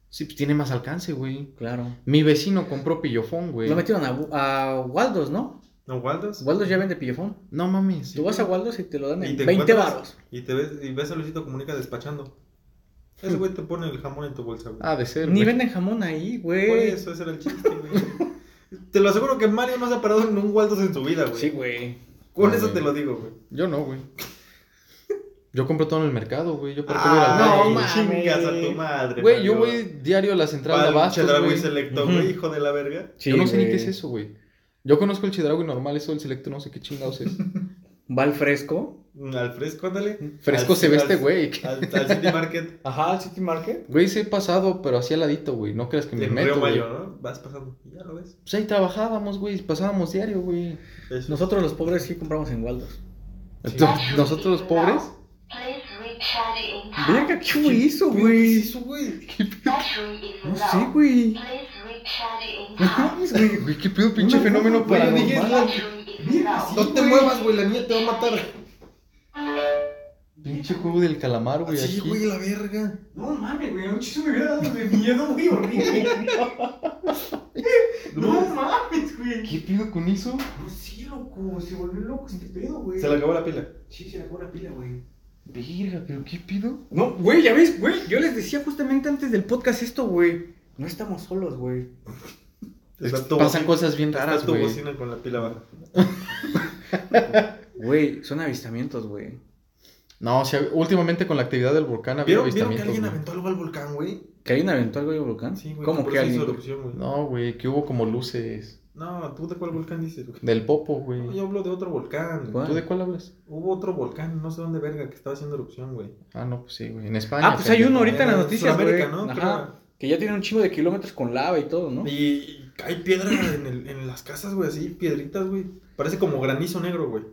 Speaker 1: pues tiene más alcance, güey.
Speaker 2: Claro.
Speaker 1: Mi vecino compró pillofón, güey.
Speaker 2: Lo metieron a, Bu- a Waldos, ¿no?
Speaker 3: ¿No, Waldos?
Speaker 2: Waldos ya vende Pillofón.
Speaker 1: No mames.
Speaker 2: Tú vas a Waldos y te lo dan
Speaker 3: Y
Speaker 2: en
Speaker 3: te
Speaker 2: 20
Speaker 3: encuentras-
Speaker 2: baros.
Speaker 3: Y te ves, y ves a Luisito Comunica despachando. Ese güey te pone el jamón en tu bolsa, güey.
Speaker 1: Ah, de ser,
Speaker 2: Ni
Speaker 1: güey.
Speaker 2: venden jamón ahí,
Speaker 3: Por
Speaker 2: güey.
Speaker 3: eso, ese era el chiste, güey. te lo aseguro que Mario no se ha parado en un Waldos en su vida, güey.
Speaker 2: Sí, güey.
Speaker 3: Con
Speaker 1: No,
Speaker 3: eso
Speaker 1: güey.
Speaker 3: te lo digo, güey.
Speaker 1: Yo no, güey. Yo compro todo en el mercado, güey. Yo para qué voy
Speaker 3: Ah,
Speaker 1: al
Speaker 3: no,
Speaker 1: Draghi?
Speaker 2: mames.
Speaker 3: chingas a tu madre.
Speaker 1: Güey, yo
Speaker 3: Mario.
Speaker 1: voy diario a la central de
Speaker 3: Pal,
Speaker 1: abastos,
Speaker 3: Chedraui
Speaker 1: güey.
Speaker 3: selecto,
Speaker 2: Ujú.
Speaker 3: güey, hijo de la verga.
Speaker 2: Sí,
Speaker 1: Yo no sé ni
Speaker 2: güey.
Speaker 1: qué es eso, güey. Yo conozco el Chedraui normal, eso del selecto no sé qué chingados
Speaker 3: [LAUGHS]
Speaker 1: es.
Speaker 2: Va al fresco.
Speaker 3: Al fresco, ándale.
Speaker 1: [LAUGHS] Fresco
Speaker 3: Al-
Speaker 1: se ve
Speaker 3: al-
Speaker 1: este güey.
Speaker 3: Al, al City Market
Speaker 2: Ajá, al City Market.
Speaker 1: Güey, sí he pasado, pero así al ladito, güey. No creas que me
Speaker 3: en
Speaker 1: meto,
Speaker 3: Río
Speaker 1: güey.
Speaker 3: Mayo, ¿no? Vas pasando. Ya lo ves.
Speaker 1: Pues ahí trabajábamos, güey. Pasábamos diario, güey.
Speaker 3: Eso.
Speaker 2: Nosotros los pobres sí compramos en Waldos.
Speaker 1: Entonces, nosotros los
Speaker 3: [LAUGHS]
Speaker 1: pobres.
Speaker 2: Verga, ¿qué fue eso, güey?
Speaker 3: güey?
Speaker 2: No sé, güey. No mames, güey.
Speaker 1: [LAUGHS] Güey, qué pedo, pinche fenómeno
Speaker 3: güey, yo dije,
Speaker 1: paranormal.
Speaker 3: No te muevas, güey, la niña te va a matar.
Speaker 1: Pinche juego del calamar, güey.
Speaker 3: Sí,
Speaker 1: aquí.
Speaker 3: güey, la verga.
Speaker 4: No mames, güey, un chiste me hubiera dado de miedo muy horrible. No mames, güey.
Speaker 1: ¿Qué pedo con eso?
Speaker 4: Pues sí, loco, se volvió loco este pedo, güey.
Speaker 3: Se le acabó la pila.
Speaker 4: Sí, se le acabó la pila, güey.
Speaker 1: Verga, pero qué pedo.
Speaker 2: No, güey, ya ves, güey. Yo les decía justamente antes del podcast esto, güey. No estamos solos, güey.
Speaker 3: Está tu
Speaker 1: Pasan
Speaker 3: bocina-
Speaker 1: cosas bien
Speaker 3: está
Speaker 1: raras,
Speaker 3: tu
Speaker 1: güey.
Speaker 3: bocina con la pila baja.
Speaker 2: Güey, son avistamientos, güey.
Speaker 1: No, o sea, últimamente con la actividad del volcán había
Speaker 3: ¿Vieron, vieron que
Speaker 1: avistamientos.
Speaker 3: alguien
Speaker 1: güey.
Speaker 3: aventó algo al volcán, güey?
Speaker 2: ¿Que alguien aventó algo de volcán?
Speaker 3: Sí, güey.
Speaker 2: ¿Cómo
Speaker 3: por
Speaker 2: que
Speaker 3: eso hizo
Speaker 2: alguien? güey?
Speaker 3: erupción, güey.
Speaker 1: No, güey, que hubo como luces.
Speaker 3: No, ¿tú de cuál volcán dices, güey?
Speaker 1: Del popo,
Speaker 3: No,
Speaker 1: güey.
Speaker 3: yo hablo de otro volcán.
Speaker 2: ¿Cuál?
Speaker 1: ¿Tú de cuál hablas?
Speaker 3: Hubo otro volcán, no sé dónde verga, que estaba haciendo erupción, güey.
Speaker 1: Ah, no, pues sí, güey. En España.
Speaker 2: Ah, pues hay
Speaker 1: pendejo.
Speaker 2: uno ahorita en las
Speaker 3: En
Speaker 2: noticias, güey.
Speaker 3: Sudamérica, ¿no?
Speaker 2: Ajá. Que ya tiene un chingo de kilómetros con lava y todo, ¿no?
Speaker 3: Y hay piedra en, el- en las casas, güey, así, piedritas, güey. Parece como granizo negro, güey.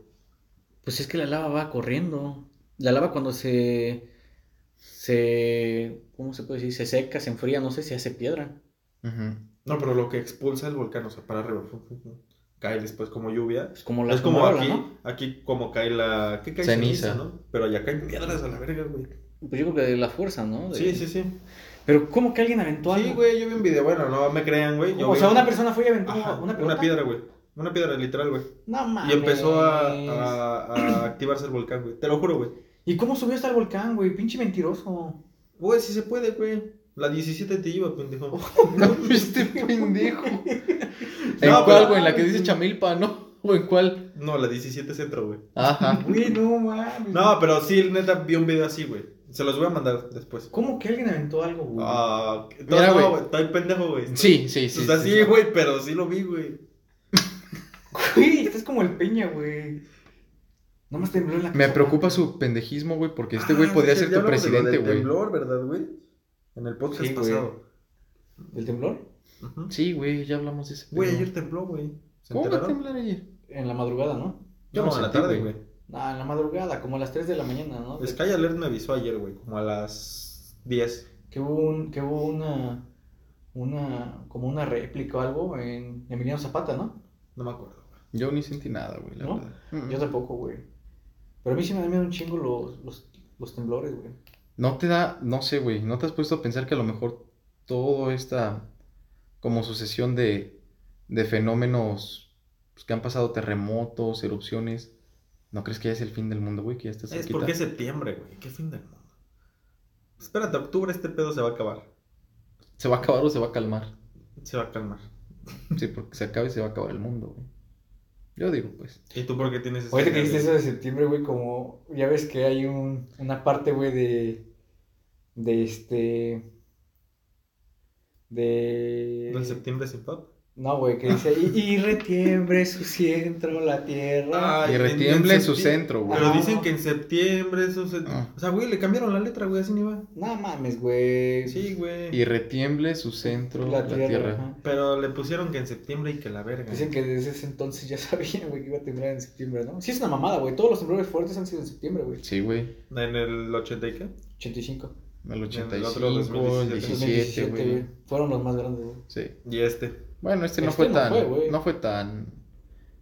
Speaker 2: Pues es que la lava va corriendo. La lava cuando se. se. ¿cómo se puede decir? Se seca, se enfría, no sé, se hace piedra.
Speaker 3: [LAUGHS]
Speaker 1: Ujú.
Speaker 3: No, pero lo que expulsa el volcán, o sea, para arriba, fu- fu- fu- cae después como lluvia.
Speaker 2: Es Pues como la
Speaker 3: Es como
Speaker 2: habla,
Speaker 3: aquí,
Speaker 2: ¿no?
Speaker 3: aquí como cae la... ¿Qué cae?
Speaker 1: Ceniza.
Speaker 3: ¿no? Pero allá caen piedras a la verga, güey.
Speaker 2: Pues yo creo que de la fuerza, ¿no? De-
Speaker 3: Sí, sí, sí.
Speaker 2: Pero ¿cómo que alguien aventó algo?
Speaker 3: Sí, güey, yo vi un video, bueno, no me crean, güey. yo
Speaker 2: O
Speaker 3: vi-
Speaker 2: sea, una persona fue y aventó
Speaker 3: Ajá,
Speaker 2: una
Speaker 3: una,
Speaker 2: pelota.
Speaker 3: piedra, güey. Una piedra, literal, güey.
Speaker 2: No mames.
Speaker 3: Y empezó a, a- a activarse el volcán, güey. Te lo juro, güey.
Speaker 2: ¿Y cómo subió hasta el volcán, güey? Pinche mentiroso.
Speaker 3: Güey, si se puede, güey. La 17 te iba,
Speaker 2: [LAUGHS]
Speaker 3: pendejo.
Speaker 1: No, [LAUGHS] este
Speaker 3: [LAUGHS]
Speaker 1: pendejo. ¿En
Speaker 3: pero-
Speaker 1: cuál, güey? ¿En la que dice Chamilpa, no? ¿O en cuál?
Speaker 3: No, la 17 centro, güey. [LAUGHS]
Speaker 1: Ajá.
Speaker 4: Güey, no mames.
Speaker 3: No, pero sí, neta, vi un video así, güey. Se los voy a mandar después.
Speaker 2: ¿Cómo que alguien aventó algo, güey?
Speaker 3: Ah, no,
Speaker 1: Mira,
Speaker 3: no,
Speaker 1: güey.
Speaker 3: güey. Estoy pendejo, güey.
Speaker 1: Sí, sí, sí.
Speaker 3: O sea,
Speaker 1: sí,
Speaker 3: sí,
Speaker 1: sí.
Speaker 3: Pues güey, pero sí lo vi, güey.
Speaker 4: Güey, estás como el peña, güey. Nomás tembló en la
Speaker 1: Me
Speaker 4: casa,
Speaker 1: preocupa
Speaker 4: güey.
Speaker 1: su pendejismo, güey, porque este
Speaker 3: Ah,
Speaker 1: güey podría
Speaker 3: sí,
Speaker 1: ser
Speaker 3: ya
Speaker 1: tu
Speaker 3: hablamos de lo
Speaker 1: presidente,
Speaker 3: del
Speaker 1: güey.
Speaker 3: temblor, ¿verdad, güey? En el podcast
Speaker 2: Sí, güey.
Speaker 3: pasado.
Speaker 2: ¿El temblor?
Speaker 3: Ujú.
Speaker 1: Sí, güey, ya hablamos de ese.
Speaker 3: Güey,
Speaker 1: pedo.
Speaker 3: ayer tembló, güey. ¿Se
Speaker 1: ¿Cómo va a
Speaker 3: enteraron?
Speaker 1: temblar ayer?
Speaker 2: En la madrugada, ¿no?
Speaker 1: Yo
Speaker 3: No,
Speaker 1: lo
Speaker 3: en la
Speaker 1: sentí,
Speaker 3: tarde,
Speaker 1: güey.
Speaker 3: güey.
Speaker 2: Ah, en la madrugada, como a las 3 de la mañana, ¿no? De-
Speaker 3: Sky Alert me avisó ayer, güey, como a las 10.
Speaker 2: Que hubo, un, que hubo una, una, como una réplica o algo en Emiliano Zapata, ¿no?
Speaker 3: No me acuerdo. güey.
Speaker 1: Yo ni sentí nada, güey, la
Speaker 2: ¿No?
Speaker 1: verdad. Mm.
Speaker 2: Yo tampoco, güey. Pero a mí sí me da miedo un chingo los, los, los temblores, güey.
Speaker 1: No te da, no sé, güey, no te has puesto a pensar que a lo mejor toda esta como sucesión de, de fenómenos pues, que han pasado, terremotos, erupciones, ¿no crees que ya es el fin del mundo, güey? Que ya está
Speaker 3: Es
Speaker 1: cerquita.
Speaker 3: porque es septiembre, güey. Qué fin del mundo. Espérate, octubre este pedo se va a acabar.
Speaker 1: ¿Se va a acabar o se va a calmar?
Speaker 3: Se va a calmar.
Speaker 1: Sí, porque se acabe y se va a acabar el mundo, güey. Yo digo, pues.
Speaker 3: ¿Y tú por qué tienes esa
Speaker 2: Ahorita que
Speaker 3: idea,
Speaker 2: dijiste
Speaker 3: güey?
Speaker 2: eso de septiembre, güey, como ya ves que hay un, una parte, güey, de. de este. de.
Speaker 3: ¿Del septiembre sin pop?
Speaker 2: No, güey, que dice. Y, y retiembre su centro, la tierra.
Speaker 3: Ah,
Speaker 1: Y
Speaker 3: en- en
Speaker 1: retiemble su
Speaker 3: septi-
Speaker 1: centro, güey.
Speaker 3: Pero
Speaker 2: Ah.
Speaker 3: dicen que en septiembre eso se...
Speaker 1: Ah.
Speaker 3: O sea, güey, le cambiaron la letra, güey, así ni va.
Speaker 2: No mames, güey.
Speaker 3: Sí, güey.
Speaker 1: Y retiemble su centro, la tierra.
Speaker 2: ajá.
Speaker 3: Pero le pusieron que en septiembre y que la verga.
Speaker 2: Dicen que desde ese entonces ya [LAUGHS] sabían, güey, que iba a temblar en septiembre, ¿no? Sí, es una mamada, güey. Todos los temblores fuertes han sido en septiembre, güey.
Speaker 1: Sí, güey.
Speaker 3: ¿En el 80 y qué?
Speaker 2: 85.
Speaker 1: El
Speaker 3: el otro,
Speaker 1: 85, el 17,
Speaker 2: 2017,
Speaker 1: güey.
Speaker 2: Fueron los más grandes, güey.
Speaker 1: Sí.
Speaker 3: Y este.
Speaker 1: Bueno, este no
Speaker 2: Este
Speaker 1: fue
Speaker 2: no
Speaker 1: tan.
Speaker 2: fue, güey.
Speaker 1: no fue tan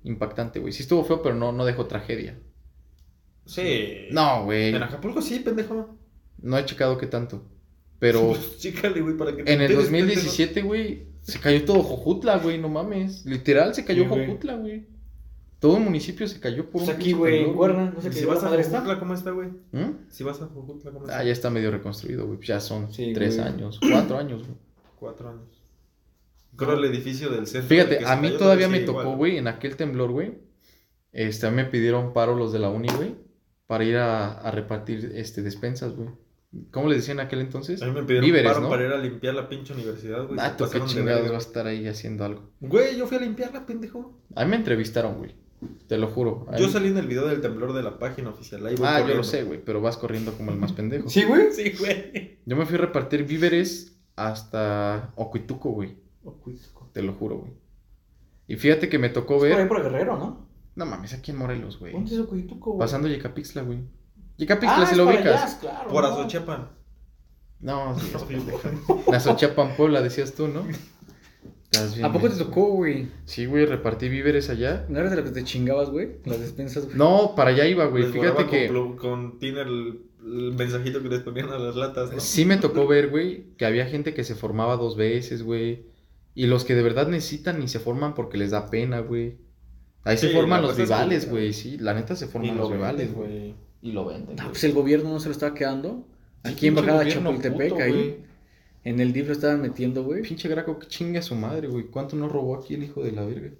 Speaker 1: impactante, güey. Sí estuvo feo, pero no, no dejó tragedia.
Speaker 3: Sí.
Speaker 1: No, güey.
Speaker 3: En Acapulco sí, pendejo.
Speaker 1: No he checado qué tanto.
Speaker 3: [LAUGHS]
Speaker 1: Pero
Speaker 3: Chícale, güey, para que te
Speaker 1: en
Speaker 2: Este
Speaker 1: el
Speaker 3: enteres, pendejo.
Speaker 1: 2017, güey, se cayó todo Jojutla, güey. No mames. Literal, se cayó
Speaker 2: Sí, güey.
Speaker 1: Jojutla, güey. Todo el municipio se cayó por
Speaker 2: Pues
Speaker 1: un
Speaker 2: aquí,
Speaker 1: pinche
Speaker 2: güey, en
Speaker 1: temblor,
Speaker 2: Cuerna, no sé
Speaker 3: ¿Y
Speaker 2: qué
Speaker 3: Si
Speaker 2: la
Speaker 3: vas a
Speaker 2: madre está.
Speaker 3: Jujutla, ¿cómo está, güey?
Speaker 1: güey. ¿Mm?
Speaker 3: Si vas a Jujutla, ¿cómo está?
Speaker 1: Ah, ya está medio reconstruido, güey. Ya son
Speaker 2: Sí,
Speaker 1: tres
Speaker 2: güey.
Speaker 1: años, cuatro años, güey.
Speaker 3: Cuatro años. Creo el edificio del centro.
Speaker 1: Fíjate,
Speaker 3: que se
Speaker 1: a mí
Speaker 3: cayó
Speaker 1: todavía me
Speaker 3: sigue
Speaker 1: tocó,
Speaker 3: igual.
Speaker 1: güey, en aquel temblor, güey. Este, a mí me pidieron paro los de la uni, güey, para ir a, a repartir este, despensas, güey. ¿Cómo les decían en aquel entonces?
Speaker 3: A mí me pidieron
Speaker 1: Víveres,
Speaker 3: paro
Speaker 1: ¿no?
Speaker 3: para ir a limpiar la pinche universidad, güey.
Speaker 1: Ah, tú
Speaker 3: se
Speaker 1: qué
Speaker 3: pasaron de
Speaker 1: chingados
Speaker 3: verga.
Speaker 1: vas a estar ahí haciendo algo.
Speaker 3: Güey, yo fui a limpiarla, pendejo.
Speaker 1: A mí me entrevistaron, güey. Te lo juro. A
Speaker 3: Yo
Speaker 1: mí-
Speaker 3: salí en el video del temblor de la página oficial. Ahí voy
Speaker 1: Ah, yo
Speaker 3: corriendo.
Speaker 1: lo sé, güey, pero vas corriendo como el más pendejo.
Speaker 2: Sí, güey.
Speaker 3: Sí, güey.
Speaker 1: Yo me fui a repartir víveres hasta Ocuituco, güey. Te lo juro, güey. Y fíjate que me tocó
Speaker 2: Por
Speaker 1: ver.
Speaker 2: ahí por Guerrero, ¿no?
Speaker 1: No mames, aquí en Morelos, güey.
Speaker 4: ¿Dónde es Ocoyutuco, güey?
Speaker 1: Pasando Yecapixtla, güey.
Speaker 2: Ah,
Speaker 1: Yecapixtla si lo ubicas.
Speaker 3: Ah, Por
Speaker 4: azoche
Speaker 3: Azochepan.
Speaker 1: No, sí, la Xochapan Puebla, decías tú, ¿no? Estás bien,
Speaker 2: ¿A poco te
Speaker 1: güey.
Speaker 2: tocó, güey?
Speaker 1: Sí, güey, repartí víveres allá.
Speaker 2: ¿No eres de las que te chingabas, güey? Las despensas, güey.
Speaker 1: No, para allá iba, güey.
Speaker 3: Les
Speaker 1: Fíjate
Speaker 3: volaba
Speaker 1: que.
Speaker 3: Con, plu- con tiner el, el mensajito que les ponían a las latas, ¿no?
Speaker 1: Sí me tocó ver, güey, que había gente que se formaba dos veces, güey. Y los que de verdad necesitan y se forman porque les da pena, güey. Ahí se
Speaker 3: Sí,
Speaker 1: forman
Speaker 3: la
Speaker 1: los
Speaker 3: cosa es que-
Speaker 1: rivales, güey, sí. La neta se
Speaker 3: Y
Speaker 1: forman
Speaker 3: lo
Speaker 1: los rivales,
Speaker 3: venden,
Speaker 1: güey.
Speaker 3: güey.
Speaker 1: Y lo venden.
Speaker 2: No,
Speaker 1: güey.
Speaker 2: pues el gobierno no se lo estaba quedando.
Speaker 1: Sí,
Speaker 2: Aquí en
Speaker 1: pinche
Speaker 2: Bajada
Speaker 1: gobierno
Speaker 2: Chapultepec,
Speaker 1: puto,
Speaker 2: ahí.
Speaker 1: güey.
Speaker 2: En el DIF lo estaban metiendo, güey.
Speaker 1: Pinche Graco, que chingue a su madre, güey. ¿Cuánto nos robó aquí el hijo de la verga?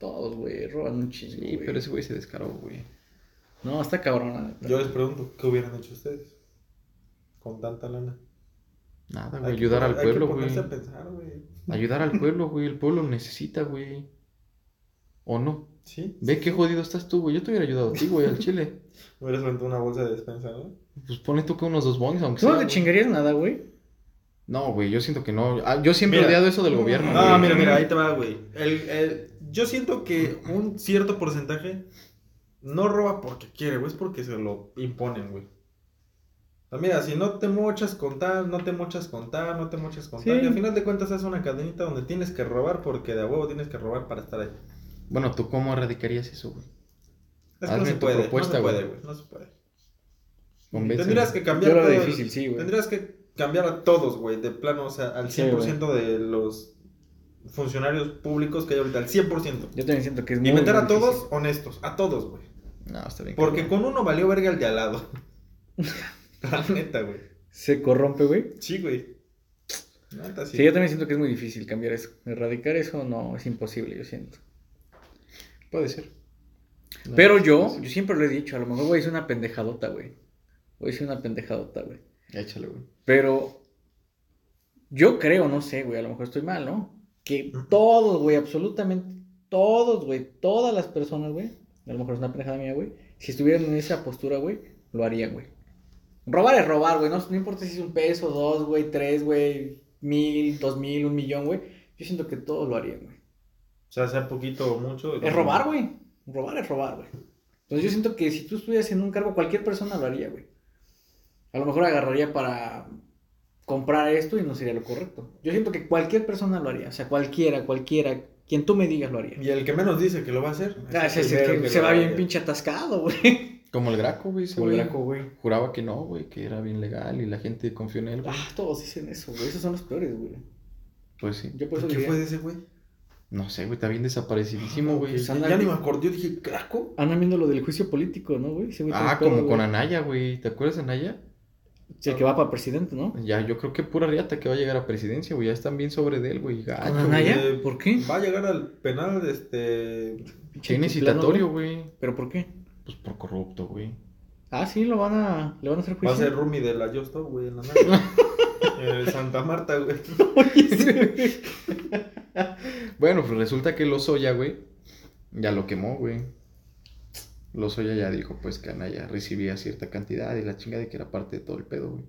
Speaker 2: Todos, güey, roban un chingo.
Speaker 1: Sí,
Speaker 2: güey.
Speaker 1: pero ese güey se descaró, güey.
Speaker 2: No, está cabrona.
Speaker 3: Yo les pregunto, ¿qué hubieran hecho ustedes? Con tanta lana.
Speaker 1: Nada, güey.
Speaker 3: Hay que
Speaker 1: Ayudar al
Speaker 3: pon- hay que
Speaker 1: pueblo, güey.
Speaker 3: ponerse a pensar, güey.
Speaker 1: Ayudar al pueblo, güey. El pueblo necesita, güey. ¿O no?
Speaker 3: Sí.
Speaker 1: Ve qué jodido estás tú, güey. Yo te hubiera ayudado a ti, güey, al chile.
Speaker 3: Me hubieras aventado una bolsa de despensa, ¿no?
Speaker 1: Pues pone tú que unos dos bongs, aunque
Speaker 2: Tú
Speaker 1: sea.
Speaker 2: Pues, no te
Speaker 1: güey.
Speaker 2: chingarías nada, güey.
Speaker 1: No, güey, yo siento que no. Ah, yo siempre he
Speaker 3: Mira.
Speaker 1: odiado eso del gobierno.
Speaker 3: Ah,
Speaker 1: güey.
Speaker 3: mira, mira, ahí te va, güey. El- el- yo siento que un cierto porcentaje no roba porque quiere, güey, es porque se lo imponen, güey. O sea, Mira, si no te mochas con tal, no te mochas con tal, no te mochas con tal,
Speaker 2: Sí.
Speaker 3: y al final de cuentas es una cadenita donde tienes que robar porque de a huevo tienes que robar para estar ahí.
Speaker 1: Bueno, ¿tú cómo erradicarías eso, güey?
Speaker 3: Es que
Speaker 1: Hazme
Speaker 3: no se
Speaker 1: tu
Speaker 3: puede,
Speaker 1: propuesta,
Speaker 3: no se puede,
Speaker 1: güey.
Speaker 3: güey, no se puede.
Speaker 1: Convénceme.
Speaker 3: Tendrías que
Speaker 2: Yo
Speaker 3: cambiar
Speaker 2: lo veo
Speaker 3: todo-
Speaker 2: difícil, sí, güey.
Speaker 3: Tendrías que cambiar a todos, güey, de plano, o sea, al
Speaker 2: Sí,
Speaker 3: 100% de los funcionarios públicos que hay ahorita, al 100%.
Speaker 2: Yo también siento que es muy.
Speaker 3: Inventar
Speaker 2: muy
Speaker 3: a todos
Speaker 2: difícil.
Speaker 3: honestos, a todos, güey.
Speaker 1: No, está bien.
Speaker 3: Porque
Speaker 1: cabrón.
Speaker 3: con uno valió verga el de al lado. [LAUGHS] La neta, güey.
Speaker 2: Se corrompe, güey.
Speaker 3: Sí, güey. Neta, sí.
Speaker 2: Sí, yo también siento que es muy difícil cambiar eso. Erradicar eso no es imposible, yo siento.
Speaker 1: Puede ser. No,
Speaker 2: Pero
Speaker 1: sí,
Speaker 2: yo,
Speaker 1: puede
Speaker 2: yo siempre lo he dicho, a lo mejor voy a decir una pendejadota, güey. Voy a decir una pendejadota, güey.
Speaker 1: ser. Échale, güey.
Speaker 2: Pero yo creo, no sé, güey, a lo mejor estoy mal, ¿no? Que todos, güey, absolutamente todos, güey, todas las personas, güey, a lo mejor es una pendejada mía, güey, si estuvieran en esa postura, güey, lo harían, güey. Robar es robar, güey, no, no importa si es un peso, dos, güey, tres, güey, mil, dos mil, un millón, güey. Yo siento que todos lo harían, güey.
Speaker 3: O sea, sea poquito o mucho.
Speaker 2: Es robar, güey. Robar es robar, güey. Entonces yo siento que si tú estuvieras en un cargo, cualquier persona lo haría, güey. A lo mejor agarraría para comprar esto y no sería lo correcto. Yo siento que cualquier persona lo haría. O sea, cualquiera, cualquiera, quien tú me digas lo haría.
Speaker 3: Y el que menos dice que lo va a hacer. es el
Speaker 2: Ah, ese es el
Speaker 3: primero
Speaker 2: que
Speaker 3: que
Speaker 2: se
Speaker 3: lo
Speaker 2: va
Speaker 3: a
Speaker 2: bien
Speaker 3: hacer.
Speaker 2: pinche atascado,
Speaker 3: [LAUGHS]
Speaker 2: güey.
Speaker 1: Como el Graco, güey. ese
Speaker 2: Como el
Speaker 1: güey
Speaker 2: Graco, güey.
Speaker 1: Juraba que no, güey, que era bien legal y la gente confió en él, güey.
Speaker 2: Ah, todos dicen eso, güey. Esos son los peores, güey.
Speaker 1: Pues sí.
Speaker 2: Yo por eso
Speaker 3: ¿Y ¿Qué
Speaker 2: diría,
Speaker 3: fue de ese, güey?
Speaker 1: No sé, güey, está bien desaparecidísimo, güey.
Speaker 2: pues, ándale.
Speaker 3: Ya ni me acordé, yo dije, craco.
Speaker 2: Andan viendo lo del juicio político, ¿no, güey? Ese güey
Speaker 1: Ah,
Speaker 2: está peor,
Speaker 1: como con
Speaker 2: güey.
Speaker 1: Anaya, güey. ¿Te acuerdas de Anaya?
Speaker 2: El que va para presidente, ¿no?
Speaker 1: Ya, yo creo que pura riata que va a llegar a presidencia, güey. Ya están bien sobre de él, güey. Gacho,
Speaker 2: ¿Con Anaya?
Speaker 3: Ah, güey.
Speaker 2: ¿Por qué?
Speaker 3: Va a llegar al penal, este.
Speaker 1: Che, necesitatorio, güey.
Speaker 2: ¿Pero por qué?
Speaker 1: Pues por corrupto, güey.
Speaker 2: Ah, sí, lo van a, le van a hacer
Speaker 3: Va
Speaker 2: juicio.
Speaker 3: a ser Rumi de la Yo Stop, güey, en la nave.
Speaker 2: [LAUGHS]
Speaker 3: En Santa Marta, güey.
Speaker 1: Bueno, pues resulta que Lozoya, güey, ya lo quemó, güey. Lozoya ya dijo, pues, que Anaya recibía cierta cantidad y la chinga de que era parte de todo el pedo, güey.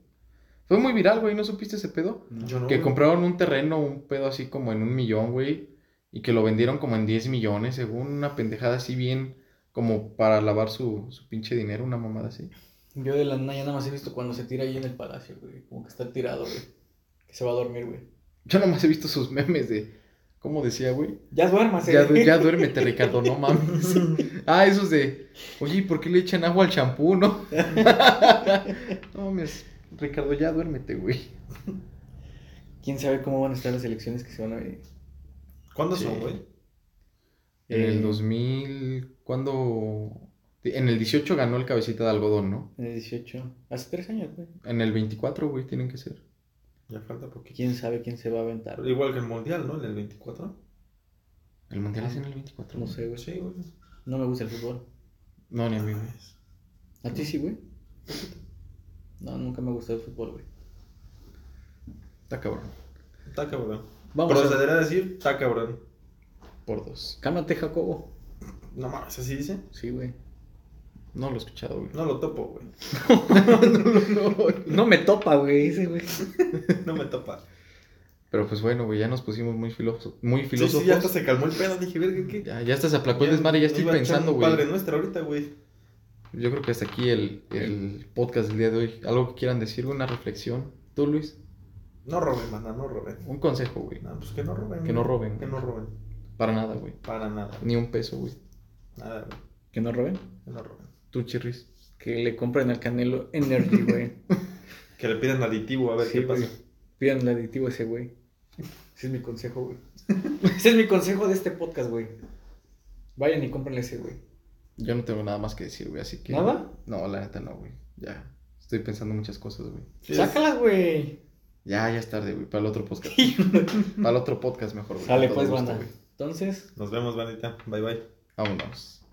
Speaker 1: Fue muy viral, güey, ¿no supiste ese pedo?
Speaker 3: Yo no.
Speaker 1: que
Speaker 3: güey. [LAUGHS]
Speaker 1: compraron un terreno, un pedo así como en un millón, güey, y que lo vendieron como en 10 millones, según una pendejada así bien, como para lavar su, su pinche dinero, una mamada así.
Speaker 2: Yo de la Naya nada más he visto cuando se tira ahí en el palacio, güey. Como que está tirado, güey. Que se va a dormir, güey.
Speaker 1: Yo nomás he visto sus memes de, ¿cómo decía, güey?
Speaker 4: Ya
Speaker 2: Ah,
Speaker 4: duérmase.
Speaker 1: Ya, du- ya duérmete, Ricardo, no mames.
Speaker 3: [LAUGHS]
Speaker 1: Ah, esos de, oye, ¿y ¿por qué le echan agua al champú, no? no mames, Ricardo, ya duérmete, güey.
Speaker 2: ¿Quién sabe cómo van a estar las elecciones que se van a venir?
Speaker 3: ¿Cuándo
Speaker 1: Sí.
Speaker 3: son, güey?
Speaker 1: En
Speaker 2: Eh.
Speaker 1: el 2000, ¿cuándo? En el 18 ganó el cabecita de algodón, ¿no?
Speaker 2: En el 18. Hace tres años, güey.
Speaker 1: En el 24, güey, tienen que ser.
Speaker 3: Ya falta poquito.
Speaker 2: ¿Quién sabe quién se va a aventar?
Speaker 3: Pero igual que el mundial, ¿no? En el 24.
Speaker 1: El mundial es en el 24.
Speaker 2: No
Speaker 1: güey.
Speaker 2: sé, güey.
Speaker 3: Pues Sí, güey.
Speaker 2: No me gusta el fútbol.
Speaker 1: No, ni a mí, güey.
Speaker 2: ¿A ti sí, güey? No, nunca me gustó el fútbol, güey.
Speaker 1: Está cabrón.
Speaker 3: Está cabrón.
Speaker 2: Vamos a...
Speaker 3: Procederé a decir, está cabrón.
Speaker 1: Por dos.
Speaker 2: Cálmate, Jacobo.
Speaker 3: No mames, así dice.
Speaker 2: Sí, güey.
Speaker 1: No lo he escuchado, güey.
Speaker 3: No lo topo, güey.
Speaker 1: No, no, no.
Speaker 2: [LAUGHS] No me topa, güey, ese güey.
Speaker 3: No me topa.
Speaker 1: Pero pues bueno, güey, ya nos pusimos muy, filoso- muy
Speaker 3: Sí,
Speaker 1: filósofos.
Speaker 3: sí, ya hasta se calmó el pedo. Dije, verga, ¿qué?
Speaker 1: ya, ya hasta se aplacó el desmadre, ya estoy
Speaker 3: iba a echar
Speaker 1: pensando,
Speaker 3: un
Speaker 1: güey.
Speaker 3: Padre nuestro ahorita, güey.
Speaker 1: Yo creo que hasta aquí el, el podcast del día de hoy. Algo que quieran decir, una reflexión. Tú, Luis,
Speaker 3: No roben, manda, no roben.
Speaker 1: un consejo, güey.
Speaker 3: No, pues que no roben.
Speaker 1: Que no roben.
Speaker 3: Que no roben.
Speaker 1: Para nada, güey.
Speaker 3: Para nada.
Speaker 1: Ni un peso, güey.
Speaker 3: Nada, güey.
Speaker 2: Que no roben.
Speaker 3: Que no roben.
Speaker 1: Tú, Chirris.
Speaker 2: Que le compren al Canelo Energy, güey.
Speaker 3: Que le pidan aditivo a ver
Speaker 2: Sí,
Speaker 3: qué pasa.
Speaker 2: güey. Pidan el aditivo a ese güey. Ese es mi consejo,
Speaker 3: [LAUGHS]
Speaker 2: güey. Ese es mi consejo de este podcast, güey. Vayan y cómprenle ese, güey.
Speaker 1: Yo no tengo nada más que decir, güey, así que...
Speaker 2: ¿Nada?
Speaker 1: No, la neta no, güey. Ya. Estoy pensando muchas cosas, güey.
Speaker 3: Sí, es-
Speaker 2: Sácalas, güey.
Speaker 1: Ya, ya es tarde, güey. Para el otro
Speaker 3: [LAUGHS]
Speaker 1: podcast. para el otro podcast mejor, güey.
Speaker 2: Sale
Speaker 1: Con todo
Speaker 2: pues,
Speaker 1: gusto,
Speaker 2: banda.
Speaker 1: güey.
Speaker 2: Entonces,
Speaker 3: Nos vemos, bandita. Bye, bye.
Speaker 1: Vámonos.